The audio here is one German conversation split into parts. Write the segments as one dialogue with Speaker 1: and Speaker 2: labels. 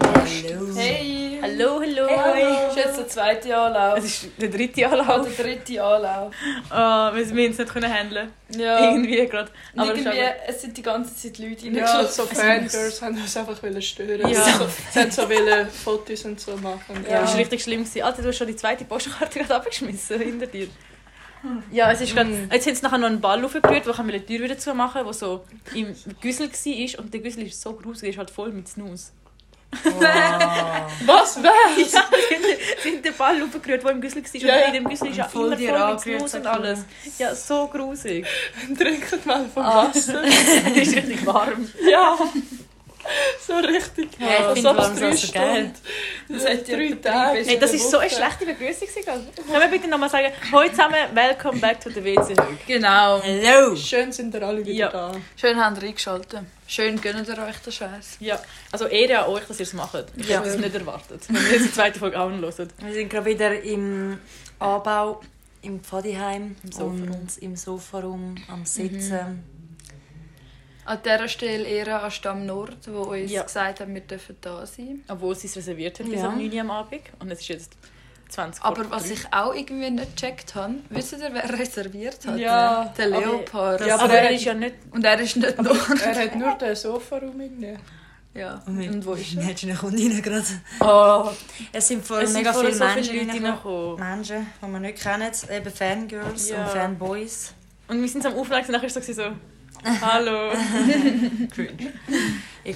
Speaker 1: Hallo.
Speaker 2: Hey!
Speaker 3: Hallo, hallo.
Speaker 2: Das ist jetzt der zweite Anlauf.
Speaker 3: Es ist der dritte
Speaker 2: Oder
Speaker 3: Anlauf.
Speaker 2: der dritte Anlauf.
Speaker 3: Ah, wir wir haben es nicht können handeln.
Speaker 2: Ja. Irgendwie,
Speaker 3: Ah. Irgendwie gerade. Aber es ist
Speaker 2: irgendwie
Speaker 3: aber-
Speaker 2: es sind die ganze Zeit Leute
Speaker 4: Ja,
Speaker 2: reingeschlossen.
Speaker 4: so Fangirls haben uns einfach wollen stören.
Speaker 3: Ja.
Speaker 4: Also, sie haben so wollen Fotos und so machen.
Speaker 3: ja,
Speaker 2: Ja.
Speaker 3: es war richtig schlimm. gewesen. Alter, du hast schon die zweite Postkarte gerade abgeschmissen hinter dir. Ja, es ist grad, jetzt haben sie nachher noch einen Ball aufgerührt, wo ich die Tür wieder zumachen wo so im Güssel war. Und der Güssel ist so groß, er ist halt voll mit Snus.
Speaker 1: Wow.
Speaker 4: Was? Wer?
Speaker 3: Ja, sie haben den Ball aufgerührt, der im Güssel war.
Speaker 4: Ja,
Speaker 3: und
Speaker 4: ja.
Speaker 3: in dem Güssel ist
Speaker 1: Und
Speaker 3: ja
Speaker 1: voll
Speaker 3: immer
Speaker 1: dir
Speaker 3: voll mit
Speaker 1: angerührt,
Speaker 3: Snus und
Speaker 1: sag ich
Speaker 3: alles. Ja, so grusig.
Speaker 4: Trinken mal vom
Speaker 3: Ah.
Speaker 4: Wasser.
Speaker 3: ist richtig warm.
Speaker 4: Ja. So richtig.
Speaker 3: Ja, ich
Speaker 4: Als
Speaker 3: finde
Speaker 4: ob es
Speaker 3: warmes
Speaker 4: drei
Speaker 3: Wasser geil.
Speaker 4: Stunden-
Speaker 2: Das hat ja
Speaker 4: drei
Speaker 2: drei
Speaker 4: Tage.
Speaker 2: bis
Speaker 3: Nein, das ist so eine
Speaker 4: Woche.
Speaker 3: schlechte Begrüßung. gewesen. Können wir bitte nochmal sagen, hallo zusammen, welcome back to the WC.
Speaker 2: Genau.
Speaker 1: Hallo.
Speaker 4: Schön sind ihr alle wieder
Speaker 3: Ja.
Speaker 4: da.
Speaker 2: Schön habt ihr eingeschaltet. Schön gönnt ihr euch den Scheiß.
Speaker 3: Ja, also Ehre an euch, dass ihr es macht. Ich
Speaker 1: Ja.
Speaker 3: habe es nicht erwartet, wenn ihr jetzt die zweite Folge auch noch hört.
Speaker 1: Wir sind gerade wieder im Anbau, im Pfadiheim Im
Speaker 3: Sofarum.
Speaker 1: und im Sofarum am Sitzen.
Speaker 2: An dieser Stelle Ehre an Stamm Nord, wo uns
Speaker 3: Ja.
Speaker 2: gesagt haben, wir dürfen da sein.
Speaker 3: Obwohl sie es reserviert haben bis
Speaker 1: Ja.
Speaker 3: um 9 Uhr am Abend. Und es ist jetzt 20 vor
Speaker 2: Aber was
Speaker 3: drei.
Speaker 2: ich auch irgendwie nicht gecheckt habe, wisst ihr, wer reserviert hat?
Speaker 4: Ja.
Speaker 2: Der Leopard.
Speaker 1: Also
Speaker 4: Ja,
Speaker 3: Aber
Speaker 4: aber
Speaker 3: er
Speaker 4: er-
Speaker 3: ist ja nicht...
Speaker 2: Und er ist nicht Nord.
Speaker 4: Er hat nur den Sofa rumgenommen.
Speaker 2: Ja.
Speaker 1: Mhm.
Speaker 2: Und wo ist er?
Speaker 1: Hättest du eine Kundin gerade?
Speaker 3: Oh,
Speaker 1: Es sind vor
Speaker 3: es sind
Speaker 1: mega
Speaker 3: vorher
Speaker 1: viele
Speaker 3: so
Speaker 1: Menschen
Speaker 3: viele Leute
Speaker 1: reingekommen.
Speaker 3: reingekommen.
Speaker 1: Menschen, die wir nicht kennen, eben Fangirls
Speaker 3: Ja.
Speaker 1: und Fanboys.
Speaker 3: Und wir sind so am Auflegen, nachher war es so... Hallo.
Speaker 1: Ich gehe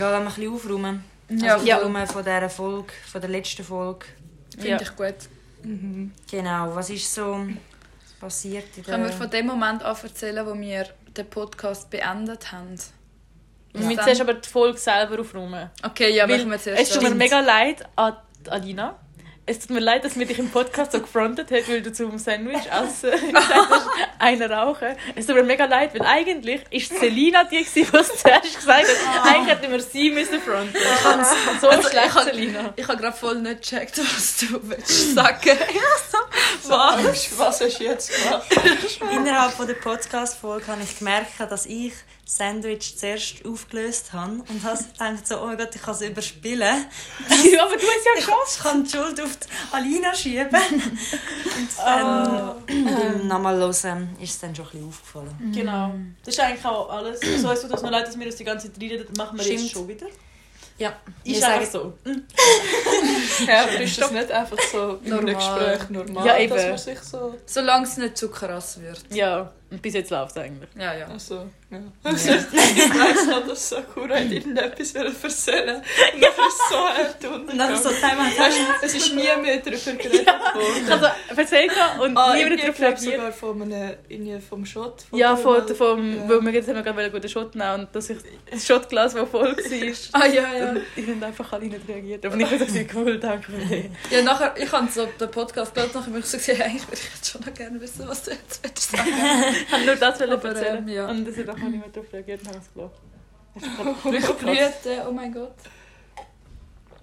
Speaker 1: mal ein bisschen aufräumen.
Speaker 2: Ja,
Speaker 1: also
Speaker 2: ja.
Speaker 1: aufräumen von dieser Folge, von der letzten Folge.
Speaker 2: finde
Speaker 3: Ja.
Speaker 2: ich gut.
Speaker 4: Mhm.
Speaker 1: Genau, was ist so passiert in der...
Speaker 2: Können wir von dem Moment an erzählen, wo wir den Podcast beendet haben?
Speaker 3: Wir müssen
Speaker 2: Dann-
Speaker 3: zuerst aber die Folge selber aufräumen.
Speaker 2: Okay, ja,
Speaker 3: Weil
Speaker 2: machen wir zuerst
Speaker 3: Es tut mir
Speaker 2: das.
Speaker 3: mega leid an Alina. Es tut mir leid, dass wir dich im Podcast so gefrontet haben, weil du zum Sandwich essen gesagt hast, einen rauchen. Es tut mir mega leid, weil eigentlich ist Selina die, gewesen, die es zuerst gesagt hat. Eigentlich hätten wir sie müssen fronten. So schlecht,
Speaker 2: hab-
Speaker 3: Selina.
Speaker 2: Ich habe gerade voll nicht gecheckt, was du willst sagen. was?
Speaker 4: Was hast du jetzt gemacht?
Speaker 1: Innerhalb von der Podcast-Folge habe ich gemerkt, dass ich Sandwich zuerst aufgelöst habe und habe gedacht so, oh mein Gott, ich kann es überspielen.
Speaker 3: Ja, aber du hast ja
Speaker 1: Ich
Speaker 3: schon.
Speaker 1: kann die Schuld auf die Alina schieben.
Speaker 3: Ah.
Speaker 1: Ähm, beim nochmal hören ist es dann schon ein bisschen aufgefallen.
Speaker 3: Genau. Das ist eigentlich auch alles. So, es tut uns noch leid, dass wir uns die ganze Zeit reden. Das machen wir jetzt
Speaker 1: Stimmt.
Speaker 3: schon wieder.
Speaker 1: Ja, ich
Speaker 3: Ist
Speaker 1: sage
Speaker 3: einfach so.
Speaker 4: Ja, aber ist das nicht einfach so in einem
Speaker 2: Normal.
Speaker 4: Gespräch normal,
Speaker 3: Ja, eben.
Speaker 4: dass man sich so...
Speaker 2: Solange es nicht zu krass wird.
Speaker 3: Ja, und bis jetzt läuft es eigentlich.
Speaker 2: Ja, ja.
Speaker 4: Also, ja. ich weiss noch, dass Sakura hat irgendetwas wollen versöhnen wollte. Und dann ist es so hart
Speaker 1: Und dann so
Speaker 4: untergegangen.
Speaker 1: Timer
Speaker 4: Weisst du, Es ist nie mehr darüber geredet worden.
Speaker 3: Also, erzählt und
Speaker 4: Ah,
Speaker 3: niemand
Speaker 4: irgendwie,
Speaker 3: darauf
Speaker 4: ich glaube
Speaker 3: reagiert.
Speaker 4: sogar von einem, irgendwie vom Shot. von
Speaker 3: Ja,
Speaker 4: dir
Speaker 3: von,
Speaker 4: mal.
Speaker 3: vom,
Speaker 4: Ja.
Speaker 3: weil wir jetzt haben wir gerade einen guten Shot nehmen und dass ich das Shotglas, das voll war,
Speaker 2: Ah, ja, ja.
Speaker 3: und ich habe einfach alle nicht reagiert. Aber nicht, dass ich cool danke.
Speaker 2: Ja, nachher, ich habe so den Podcast gehört, nachher habe ich so gesehen, eigentlich würde ich jetzt schon noch gerne wissen, was du jetzt willst sagen.
Speaker 3: Ich habe nur das wollen
Speaker 2: Aber,
Speaker 3: erzählen.
Speaker 2: ähm, ja.
Speaker 3: Und dass ich nachher nicht mehr darauf reagiert und habe es gelassen. Druckverband.
Speaker 2: Blüten, oh mein Gott.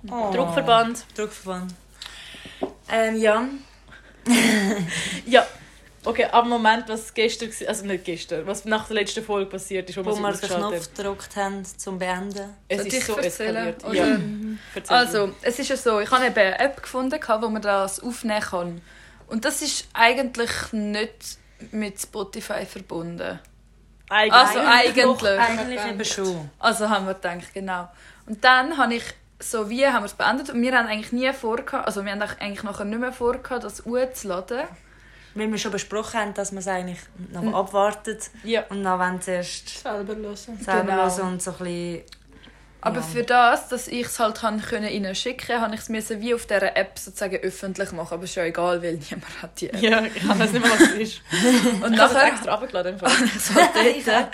Speaker 3: Mhm. Oh. Druckverband.
Speaker 1: Oh. Druckverband. Ähm, ja.
Speaker 3: Ja. Okay, am Moment, was gestern, gsi- also nicht gestern, was nach der letzten Folge passiert ist, wo,
Speaker 1: Wo
Speaker 3: wir
Speaker 1: wir
Speaker 3: es
Speaker 1: den
Speaker 3: ausgeschaltet
Speaker 1: Knopf gedrückt haben, zum Beenden.
Speaker 3: Es
Speaker 2: Soll
Speaker 3: ist
Speaker 2: ich
Speaker 3: so
Speaker 2: erzählen,
Speaker 3: eskaliert.
Speaker 2: oder?
Speaker 3: Ja,
Speaker 4: Mhm.
Speaker 3: erzähl
Speaker 2: Also, es ist ja so, ich habe eben eine App gefunden, wo man das aufnehmen kann. Und das ist eigentlich nicht mit Spotify verbunden.
Speaker 3: du. Eigentlich.
Speaker 2: Also
Speaker 1: Doch,
Speaker 2: eigentlich.
Speaker 1: eigentlich eben schon.
Speaker 2: Also haben wir gedacht, genau. Und dann habe ich so wie haben wir es beendet und wir haben eigentlich nie vor, also wir haben eigentlich nachher nicht mehr vor, das hochzuladen.
Speaker 1: Weil wir schon besprochen haben, dass man es eigentlich noch abwartet
Speaker 3: Mhm. ja.
Speaker 1: und dann wollen zuerst
Speaker 4: Selber hören.
Speaker 1: selber
Speaker 2: Genau.
Speaker 1: hören und so ein bisschen...
Speaker 2: Aber
Speaker 1: Ja.
Speaker 2: für das, dass ich es halt kann können ihnen schicken, habe ich es müssen wie auf dieser App sozusagen öffentlich machen. Aber ist ja egal, weil niemand hat die App.
Speaker 3: ja, ich weiß nicht mehr, was es ist.
Speaker 2: Und
Speaker 3: Ich habe es
Speaker 2: nachher
Speaker 3: extra runtergeladen. im Fall.
Speaker 2: habe ich so dort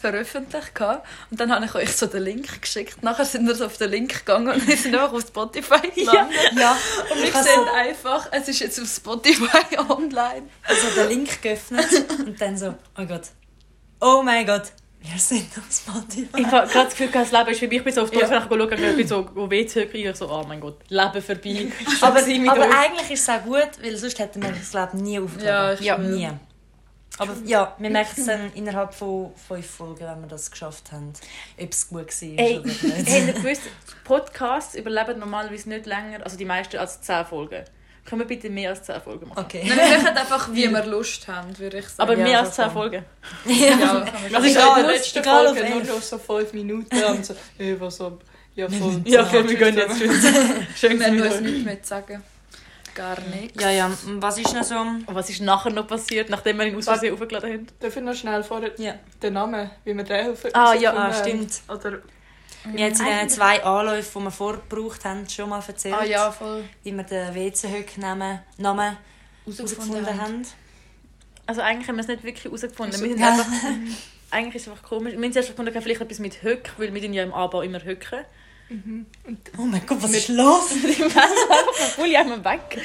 Speaker 2: veröffentlicht gehabt. und dann habe ich euch so den Link geschickt. Nachher sind wir so auf den Link gegangen und wir sind einfach auf Spotify gelandet.
Speaker 1: Ja,
Speaker 2: Und
Speaker 1: ich
Speaker 2: wir
Speaker 1: habe
Speaker 2: sehen
Speaker 1: so,
Speaker 2: einfach, es ist jetzt auf Spotify online.
Speaker 1: so also den Link geöffnet und dann so, oh mein Gott, oh mein Gott, wir sind auf Spotify.
Speaker 3: Ich habe gerade das Gefühl, das Leben ist vorbei. Ich bin so auf die ja. schauen, ich bin so auf WC kriege. Ich so, oh mein Gott, Leben vorbei.
Speaker 1: Aber,
Speaker 3: sie mit
Speaker 1: aber
Speaker 3: uns.
Speaker 1: eigentlich ist es auch gut, weil sonst hätten wir das Leben nie aufgehört.
Speaker 2: Ja, ist
Speaker 1: nie.
Speaker 3: Aber
Speaker 1: Ja, wir merken es dann innerhalb von fünf Folgen, wenn wir das geschafft haben, ob es gut war
Speaker 3: Ey,
Speaker 1: oder nicht.
Speaker 3: hey, ihr gewusst, Podcasts überleben normalerweise nicht länger, also die meisten als 10 Folgen. Können wir bitte mehr als 10 Folgen machen?
Speaker 1: Okay.
Speaker 2: Nein, wir machen einfach, wie wir Lust haben, würde ich sagen.
Speaker 3: Aber
Speaker 1: Ja,
Speaker 3: mehr als
Speaker 1: so
Speaker 3: 10
Speaker 1: kann.
Speaker 3: Folgen.
Speaker 2: Ja, kann man
Speaker 3: Das ist
Speaker 4: egal,
Speaker 3: halt
Speaker 4: in der
Speaker 1: nur-
Speaker 4: letzten
Speaker 1: egal auf
Speaker 4: Folge nur
Speaker 1: Englisch.
Speaker 4: noch so fünf Minuten und so, ey, was ab? Ja, voll.
Speaker 3: Ja, okay, wir gehen jetzt. Tschüss. Schön,
Speaker 2: Wir
Speaker 3: dass
Speaker 2: haben
Speaker 3: wir
Speaker 2: uns nichts mehr zu sagen. Gar nichts.
Speaker 1: Ja, ja, und was ist noch so? am-
Speaker 3: Und was ist nachher noch passiert, nachdem wir ihn aus Versehen hochgeladen haben?
Speaker 4: Darf ich noch schnell vorher
Speaker 1: Ja.
Speaker 4: den Namen, wie wir den helfen?
Speaker 3: Ah, ja,
Speaker 1: Ah,
Speaker 4: herausgefunden haben?
Speaker 1: stimmt.
Speaker 4: Oder
Speaker 1: Wir haben jetzt in den zwei Anläufen, die wir vorher gebraucht haben, schon mal erzählt,
Speaker 2: Ah ja, voll.
Speaker 1: wie wir den WC-Höck-Namen herausgefunden haben.
Speaker 3: Also eigentlich haben wir es nicht wirklich herausgefunden.
Speaker 4: Also-
Speaker 3: wir sind
Speaker 1: Ja.
Speaker 3: einfach, eigentlich ist es einfach komisch. Wir haben zuerst gefunden, okay, vielleicht etwas mit Höck, weil wir den ja im Anbau immer höcken.
Speaker 1: Oh mein Gott, was ist los?
Speaker 3: Pulli einmal weg.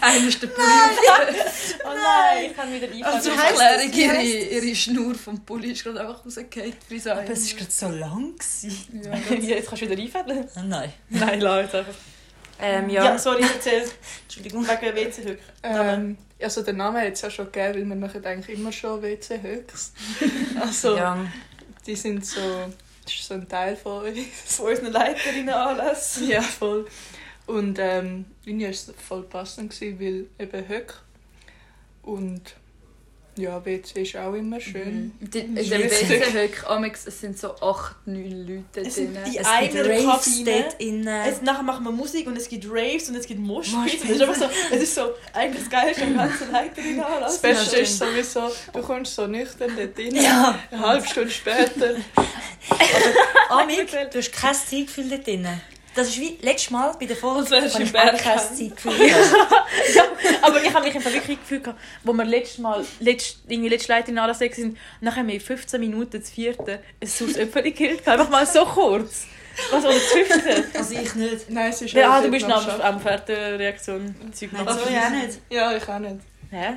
Speaker 2: Einer ist der Pulli.
Speaker 3: Oh nein, ich kann wieder einfangen.
Speaker 1: Also-
Speaker 2: Zur
Speaker 1: Wie heisst
Speaker 2: Erklärung,
Speaker 1: das? Wie
Speaker 2: ihre,
Speaker 1: heisst das?
Speaker 2: ihre Schnur vom Pulli ist gerade einfach rausgefallen. Wie so
Speaker 1: Aber es war gerade so lang. gewesen.
Speaker 3: ja, jetzt kannst du wieder einfädeln.
Speaker 1: Ah, nein.
Speaker 3: Nein, lass jetzt einfach.
Speaker 1: Ähm,
Speaker 3: Ja,
Speaker 1: ja.
Speaker 3: sorry, erzähl.
Speaker 1: Entschuldigung.
Speaker 3: Wegen WC-Höck.
Speaker 4: Ähm, also den Namen hat es ja schon gegeben, weil wir machen eigentlich immer schon WC Höchst. Also
Speaker 1: Ja.
Speaker 4: die sind so, das ist so ein Teil von uns.
Speaker 3: Von unseren Leiterinnen anlässt.
Speaker 4: ja, voll. Und ähm, Linie war voll passend, gewesen, weil eben Höck. Und ja, WC ist auch immer
Speaker 2: Mhm.
Speaker 4: schön.
Speaker 3: Mhm.
Speaker 2: In den
Speaker 4: Schwierig.
Speaker 2: WC-Höck, es sind so 8, 9 Leute
Speaker 3: Es sind
Speaker 2: drin.
Speaker 3: die-
Speaker 1: Es gibt
Speaker 3: einer
Speaker 1: Raves
Speaker 3: Kopf rein.
Speaker 1: dort innen.
Speaker 3: Jetzt nachher machen wir Musik und es gibt Raves und es gibt Moshpits.
Speaker 1: Moshpits.
Speaker 3: Es ist einfach so, es ist so, eigentlich das Geilste am ganzen Leiterinnen
Speaker 4: Das
Speaker 3: anlassen.
Speaker 4: Beste
Speaker 1: Ja,
Speaker 4: ist sowieso, du kommst so nüchtern dort rein.
Speaker 1: Ja.
Speaker 4: Eine halbe Stunde später.
Speaker 1: Amig, du hast kein Zeitgefühl dort drin. Das ist wie letztes Mal bei der Folge,
Speaker 3: Und dann hast
Speaker 1: wo
Speaker 3: du
Speaker 1: ich
Speaker 3: im Berg
Speaker 1: auch kein Zeitgefühl hatte.
Speaker 3: Aber ich habe mich einfach wirklich gefühlt, gehabt, wo wir letztes Mal, letzt, irgendwie letzte Leitung alle sechs sind, nachher haben wir in 15 Minuten das vierte ein saures Öpfeli gekillt. gehabt. Einfach mal so kurz. Was, oder das fünfte?
Speaker 1: Also ich nicht.
Speaker 4: Nein, es ist
Speaker 3: Ja, ah,
Speaker 4: alles
Speaker 3: du bist
Speaker 4: nicht
Speaker 3: noch am,
Speaker 4: Schaffen.
Speaker 3: am Reaktion. Zeug
Speaker 1: Nein,
Speaker 3: machen.
Speaker 1: so ja ne. nicht.
Speaker 4: Ja, ich auch nicht.
Speaker 3: Hä?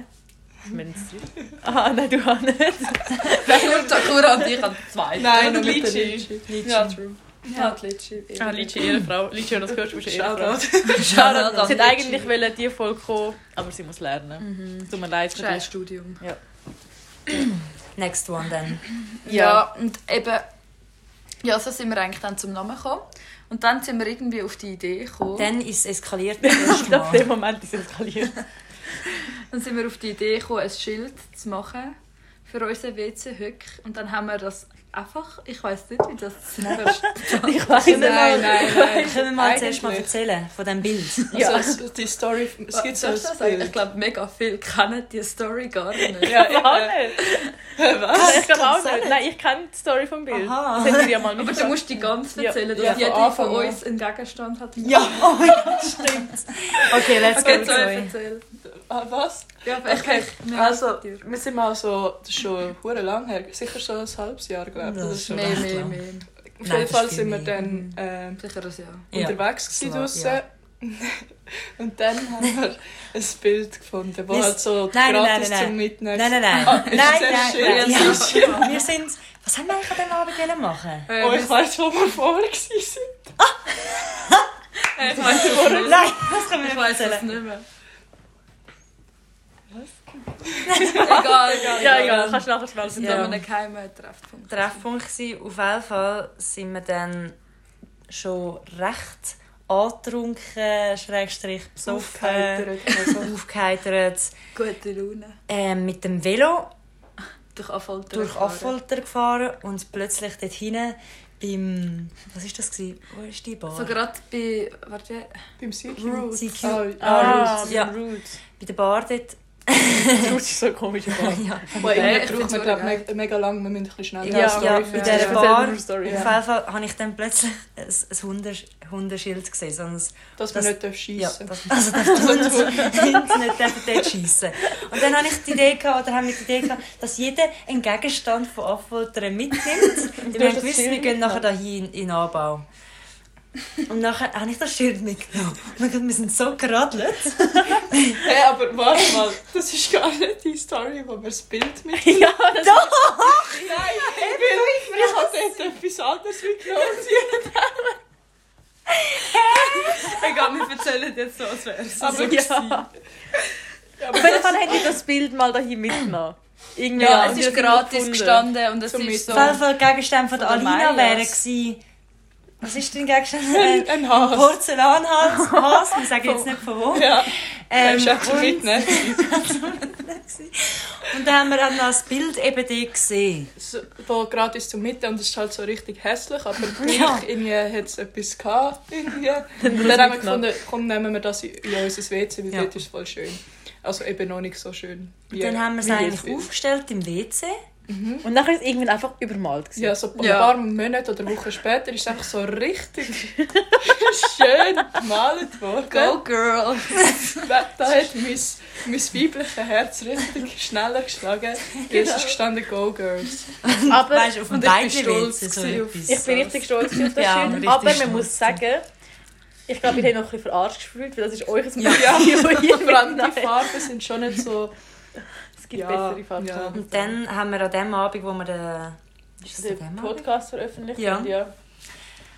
Speaker 3: Menstruiert. Ah, nein, du auch nicht.
Speaker 2: Nur Sakura und ich habe zwei.
Speaker 4: Nein,
Speaker 3: nur
Speaker 4: nur
Speaker 3: mit der
Speaker 2: Ja.
Speaker 4: Ja, true.
Speaker 2: Ja, die Litschi.
Speaker 3: Ah, Lici, Ehrenfrau. Lici, wenn du das hörst, bist du eine Ehrenfrau.
Speaker 4: Shoutout.
Speaker 2: Shoutout an
Speaker 3: Sie hat
Speaker 2: Lici.
Speaker 3: eigentlich wollen diese Folge kommen, aber sie muss lernen.
Speaker 2: Mhm.
Speaker 3: Tut mir leid.
Speaker 2: Scheiß Studium.
Speaker 1: Next one dann.
Speaker 2: Ja, und eben, ja, so sind wir eigentlich dann zum Namen gekommen. Und dann sind wir irgendwie auf die Idee gekommen. Dann,
Speaker 1: Dann ist es eskaliert beim
Speaker 3: Und
Speaker 1: ersten
Speaker 3: Ab dem
Speaker 1: Mal.
Speaker 3: Moment ist es eskaliert.
Speaker 2: sind wir auf die Idee gekommen, ein Schild zu machen für unseren WC-Höck. Und dann haben wir das einfach, ich weiß nicht, wie das
Speaker 3: Ich weiß
Speaker 1: Können
Speaker 3: nicht.
Speaker 1: wir
Speaker 4: Nein,
Speaker 1: mal-
Speaker 4: nein, nein.
Speaker 1: Können wir mal zuerst mal
Speaker 4: Eigentlich.
Speaker 1: erzählen von diesem Bild?
Speaker 4: Also,
Speaker 3: Ja.
Speaker 4: es- die Story, es gibt so
Speaker 2: Darf ich das
Speaker 4: ein
Speaker 2: sagen?
Speaker 4: Bild.
Speaker 2: Ich glaube, mega viele kennen die Story gar nicht.
Speaker 3: Ja, ich auch nicht.
Speaker 4: Ah,
Speaker 3: Was? Ich glaube auch
Speaker 1: Kannst du
Speaker 3: nicht. Nein, ich kenne die Story vom Bild.
Speaker 1: Aha.
Speaker 3: Das haben wir ja mal
Speaker 2: Aber du
Speaker 3: mitgebracht.
Speaker 2: musst die ganz
Speaker 3: Ja.
Speaker 2: erzählen,
Speaker 4: Ja,
Speaker 2: dass
Speaker 4: von
Speaker 2: jeder von
Speaker 4: Anfang an.
Speaker 2: uns einen Gegenstand hat.
Speaker 1: oh mein Gott, stimmt. Okay, let's
Speaker 2: okay,
Speaker 1: go,
Speaker 2: so
Speaker 1: Zoe.
Speaker 2: erzähl.
Speaker 4: Ah, was?
Speaker 2: Ja, okay.
Speaker 4: Also, wir sind mal so, das ist schon hure lang her, sicher so ein halbes Jahr, glaube ich.
Speaker 1: Das
Speaker 4: oder so.
Speaker 1: ist schon
Speaker 2: Mehr,
Speaker 1: recht
Speaker 2: mehr,
Speaker 1: lang.
Speaker 2: mehr.
Speaker 4: Auf
Speaker 1: Nein,
Speaker 4: jeden Fall
Speaker 1: das ist viel
Speaker 4: sind wir
Speaker 1: mehr.
Speaker 4: dann ähm,
Speaker 2: Sicher ein Jahr.
Speaker 1: Ja.
Speaker 4: unterwegs gewesen
Speaker 1: Ja.
Speaker 4: draussen. Und dann haben wir ein Bild gefunden, wo
Speaker 1: Wir-
Speaker 4: halt so
Speaker 1: Nein, nein,
Speaker 4: gratis
Speaker 1: nein, nein.
Speaker 4: zum Mitnehmen
Speaker 1: Nein, nein, nein.
Speaker 4: Ah,
Speaker 1: nein,
Speaker 4: ist sehr
Speaker 1: nein,
Speaker 4: schön.
Speaker 1: nein.
Speaker 4: Sehr
Speaker 1: Ja. Wir sind... Was haben wir eigentlich an diesem Abend wollen machen?
Speaker 2: Äh,
Speaker 4: Oh,
Speaker 2: wir
Speaker 4: ich weiß, wo wir vorher waren.
Speaker 2: Äh, Ich weiß es nicht mehr.
Speaker 1: Nein, das können wir
Speaker 2: Ich
Speaker 1: nicht
Speaker 2: weiß es
Speaker 1: erzählen.
Speaker 2: nicht mehr. Was? egal, egal.
Speaker 3: Ja,
Speaker 2: egal.
Speaker 3: egal. Kannst du nachher schnell
Speaker 2: Wir sind
Speaker 1: Ja.
Speaker 2: an einem geheimen Treffpunkt.
Speaker 1: Treffpunkt gsi. Auf jeden Fall sind wir dann schon recht angetrunken, schrägstrich besoffen,
Speaker 4: Aufgeheitert. Also,
Speaker 1: aufgeheitert,
Speaker 2: Gute Laune.
Speaker 1: ähm, mit dem Velo
Speaker 2: Durch Affolter.
Speaker 1: durch Affolter gefahren und plötzlich dort hinten beim... Was ist das? gsi? Wo ist die Bar?
Speaker 2: So gerade bei... Warte, wie-
Speaker 4: Beim Südchen.
Speaker 1: Roots. CQ.
Speaker 4: Oh,
Speaker 1: Ah,
Speaker 3: Ah,
Speaker 1: Roots.
Speaker 3: ja.
Speaker 1: Ja.
Speaker 3: Roots.
Speaker 1: Bei der Bar dort.
Speaker 3: Roots ist so ein komischer Bar.
Speaker 1: ja.
Speaker 4: Weil
Speaker 2: Ja,
Speaker 4: irgendwie
Speaker 2: ich
Speaker 4: braucht
Speaker 2: find's
Speaker 4: man
Speaker 2: mega
Speaker 4: glaub, me mega lang, wir müssen ein bisschen schneller
Speaker 1: Ja, ja,
Speaker 4: Sorry für
Speaker 1: bei
Speaker 4: das.
Speaker 1: dieser
Speaker 3: Erzähl
Speaker 1: Bar.
Speaker 3: nur eine Story.
Speaker 1: Auf jeden Fall habe ich dann plötzlich ein, ein Hundes Hundeschild gesehen. So ein
Speaker 4: dass man
Speaker 1: Das-
Speaker 4: nicht
Speaker 1: Ja,
Speaker 4: schiessen darf.
Speaker 1: das, also das Hund nicht dürfen dort schiessen. Und dann habe ich die Idee gehabt, oder haben wir die Idee gehabt, dass jeder einen Gegenstand von Affoltern mitnimmt. Wir
Speaker 3: das
Speaker 1: haben gewusst,
Speaker 3: Schild
Speaker 1: wir gehen nachher dahin in den Anbau. Und nachher habe ich das Schild mitgenommen. Und wir- wir sind so geradelt.
Speaker 4: Hey, aber warte mal, das ist gar nicht die Story, wo wir das Bild mit...
Speaker 3: Ja, das ist
Speaker 4: Nein, ich will... Ich habe dort etwas anderes mitgenommen.
Speaker 3: egal. Wir erzählen jetzt so, als wäre es.
Speaker 4: Aber
Speaker 3: ja. Auf jeden Fall hätte ich das Bild mal dahin mitgenommen. Irgendwie
Speaker 2: Ja,
Speaker 3: haben
Speaker 2: es
Speaker 3: die
Speaker 2: ist
Speaker 3: das
Speaker 2: gratis
Speaker 3: gefunden.
Speaker 2: gestanden und es
Speaker 4: Zum
Speaker 2: ist so.
Speaker 1: Fall von Gegenstand von,
Speaker 2: Von
Speaker 1: der
Speaker 2: der
Speaker 1: Alina
Speaker 2: Mayas.
Speaker 1: wäre gewesen. Was ist denn Gegenstand? Ein,
Speaker 4: Ein Haas.
Speaker 1: Porzellanhals, Haas, wir sagen jetzt nicht von wo.
Speaker 4: Ja,
Speaker 1: Ähm,
Speaker 4: das ist auch so
Speaker 1: und,
Speaker 4: fit, ne?
Speaker 1: und dann haben wir dann das Bild eben die gesehen.
Speaker 4: So, da gratis zum Mitten und es ist halt so richtig hässlich, aber
Speaker 1: Ja.
Speaker 4: gleich irgendwie hat es etwas gehabt. Irgendwie. Und dann haben wir gefunden, komm, nehmen wir das in in unser WC, weil
Speaker 1: Ja.
Speaker 4: dort ist es voll schön. Also eben noch nicht so schön.
Speaker 1: Und dann haben wir es
Speaker 4: wie
Speaker 1: eigentlich
Speaker 4: jetzt.
Speaker 1: aufgestellt im WC.
Speaker 3: Und nachher ist es irgendwann einfach übermalt. Gewesen.
Speaker 4: Ja, so ein
Speaker 2: Ja.
Speaker 4: paar Monate oder Wochen später ist es einfach so richtig schön gemalt worden.
Speaker 2: Go Girl!
Speaker 4: Da, da hat mein, mein weibliches Herz richtig schneller geschlagen. Jetzt ist gestanden Go Girls.
Speaker 3: Aber
Speaker 1: Weißt du, auf dem
Speaker 4: und ich bin
Speaker 1: Weibchen-WC
Speaker 4: stolz
Speaker 1: so
Speaker 4: gewesen auf-
Speaker 1: etwas.
Speaker 3: ich bin richtig stolz auf das
Speaker 1: Ja,
Speaker 3: Schild.
Speaker 1: richtig
Speaker 3: Aber man
Speaker 1: stolz.
Speaker 3: muss sagen, ich glaube, ich habe noch ein bisschen verarscht gefühlt, weil das ist euch ein
Speaker 4: Ja,
Speaker 3: Video.
Speaker 4: Vor allem die Farben sind schon nicht so...
Speaker 3: Es gibt
Speaker 4: Ja,
Speaker 3: bessere Farben.
Speaker 4: ja.
Speaker 1: Und dann haben wir an dem Abend, wo wir den, ist das
Speaker 3: Der
Speaker 1: an dem Abend?
Speaker 3: Podcast veröffentlicht
Speaker 1: Ja.
Speaker 3: und ja.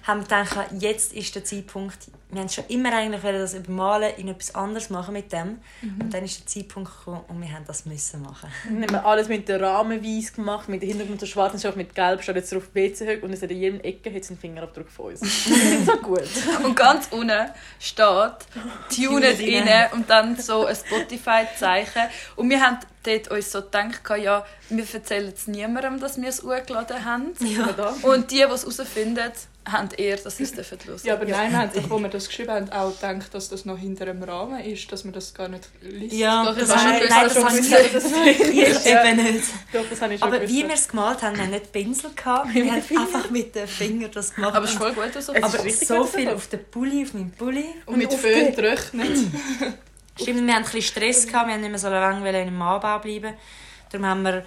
Speaker 1: haben wir gedacht, jetzt ist der Zeitpunkt. Wir haben schon immer eigentlich wollen, das übermalen, in etwas anderes machen mit dem. Und dann ist der Zeitpunkt gekommen und wir haben das müssen machen.
Speaker 3: Dann haben wir alles mit der Rahmen weiß gemacht, mit dem Hintergrund so schwarz und scharf, mit gelb, steht jetzt drauf WC hoch E und es hat in jedem Ecke hat's einen Fingerabdruck von uns. Das ist so gut.
Speaker 2: Und ganz unten steht
Speaker 1: Tunet
Speaker 2: «Tunet rein» und dann so ein Spotify-Zeichen. Und wir haben dort uns so gedacht, ja, wir erzählen es niemandem, dass wir es hochgeladen haben.
Speaker 3: Da.
Speaker 2: Und die, die es herausfinden, haben eher, dass sie es dürfen hören.
Speaker 4: Ja, aber nein, wir haben, doch, wo wir das geschrieben haben, auch gedacht, dass das noch hinter dem Rahmen ist, dass man das gar nicht liest.
Speaker 2: Doch,
Speaker 1: das
Speaker 2: das
Speaker 1: haben
Speaker 2: haben
Speaker 1: wir
Speaker 2: wir
Speaker 1: nein,
Speaker 2: schon
Speaker 1: das haben
Speaker 2: gewusst.
Speaker 1: wir
Speaker 3: Das ist-
Speaker 1: ich eben nicht.
Speaker 3: Doch, das habe ich schon
Speaker 1: Aber wie
Speaker 3: gewusst.
Speaker 1: wir es gemalt haben, wir haben nicht Pinsel gehabt, wir haben einfach mit den Fingern das gemacht.
Speaker 2: Aber es ist voll gut so.
Speaker 3: Es
Speaker 1: Aber
Speaker 3: ist richtig
Speaker 1: so
Speaker 3: gut,
Speaker 1: viel
Speaker 3: oder?
Speaker 1: auf den Pulli, auf meinem Pulli.
Speaker 4: Und mit
Speaker 3: Und
Speaker 4: Föhn
Speaker 3: aufge-
Speaker 4: gerechnet.
Speaker 1: Stimmt, wir hatten ein bisschen Stress, gehabt, wir haben nicht mehr so lange wollen im Anbau bleiben. Darum haben wir...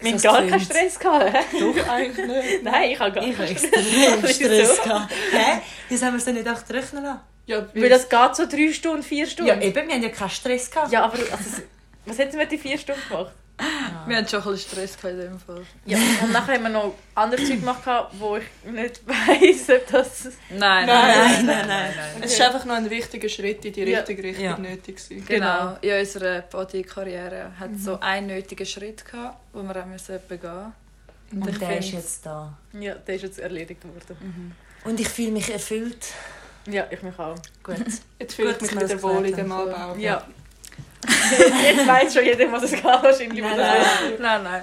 Speaker 3: Wir haben
Speaker 1: so
Speaker 3: gar keinen
Speaker 1: gefilmt.
Speaker 3: Stress gehabt. hä?
Speaker 4: Doch, eigentlich nicht.
Speaker 3: Nein, ich habe gar
Speaker 1: Ich
Speaker 3: keinen
Speaker 1: habe
Speaker 3: Stress.
Speaker 1: extrem
Speaker 3: Wieso?
Speaker 1: Stress. gehabt. Hä? Wieso haben wir es dann nicht acht rechnen lassen?
Speaker 4: Ja,
Speaker 3: Weil das geht so drei Stunden, vier
Speaker 1: Ja,
Speaker 3: Stunden.
Speaker 1: eben, wir haben ja keinen Stress gehabt.
Speaker 3: Ja, aber also, was hätten wir die vier Stunden gemacht?
Speaker 2: Wir haben schon ein bisschen Stress gehabt in dem Fall.
Speaker 3: Ja, und nachher haben wir noch andere Zeug gemacht, gehabt, wo ich nicht weiss, ob das...
Speaker 2: Nein,
Speaker 1: Nein, nein, nein.
Speaker 4: Es war einfach noch ein wichtiger Schritt in die
Speaker 3: Ja.
Speaker 4: richtige Richtung
Speaker 1: Ja.
Speaker 4: nötig. Gewesen.
Speaker 2: Genau. In unserer Body-Karriere hat es
Speaker 1: Mhm.
Speaker 2: so einen nötigen Schritt gehabt, den wir auch müssen begehen
Speaker 1: Und,
Speaker 2: ich
Speaker 1: der ist
Speaker 2: find's-
Speaker 1: jetzt da.
Speaker 3: Ja, der ist jetzt erledigt worden.
Speaker 1: Und ich fühle mich erfüllt.
Speaker 3: Ja, ich mich auch.
Speaker 1: Gut.
Speaker 4: Jetzt fühle ich
Speaker 1: Gut,
Speaker 4: mich
Speaker 1: dass wir
Speaker 4: wieder
Speaker 1: das
Speaker 4: wohl in
Speaker 1: geklärt
Speaker 4: dem
Speaker 1: haben.
Speaker 4: Anbau.
Speaker 3: Ja. jetzt weiss schon jeder, was es geht, wahrscheinlich.
Speaker 1: Nein,
Speaker 2: mussten. Nein, nein.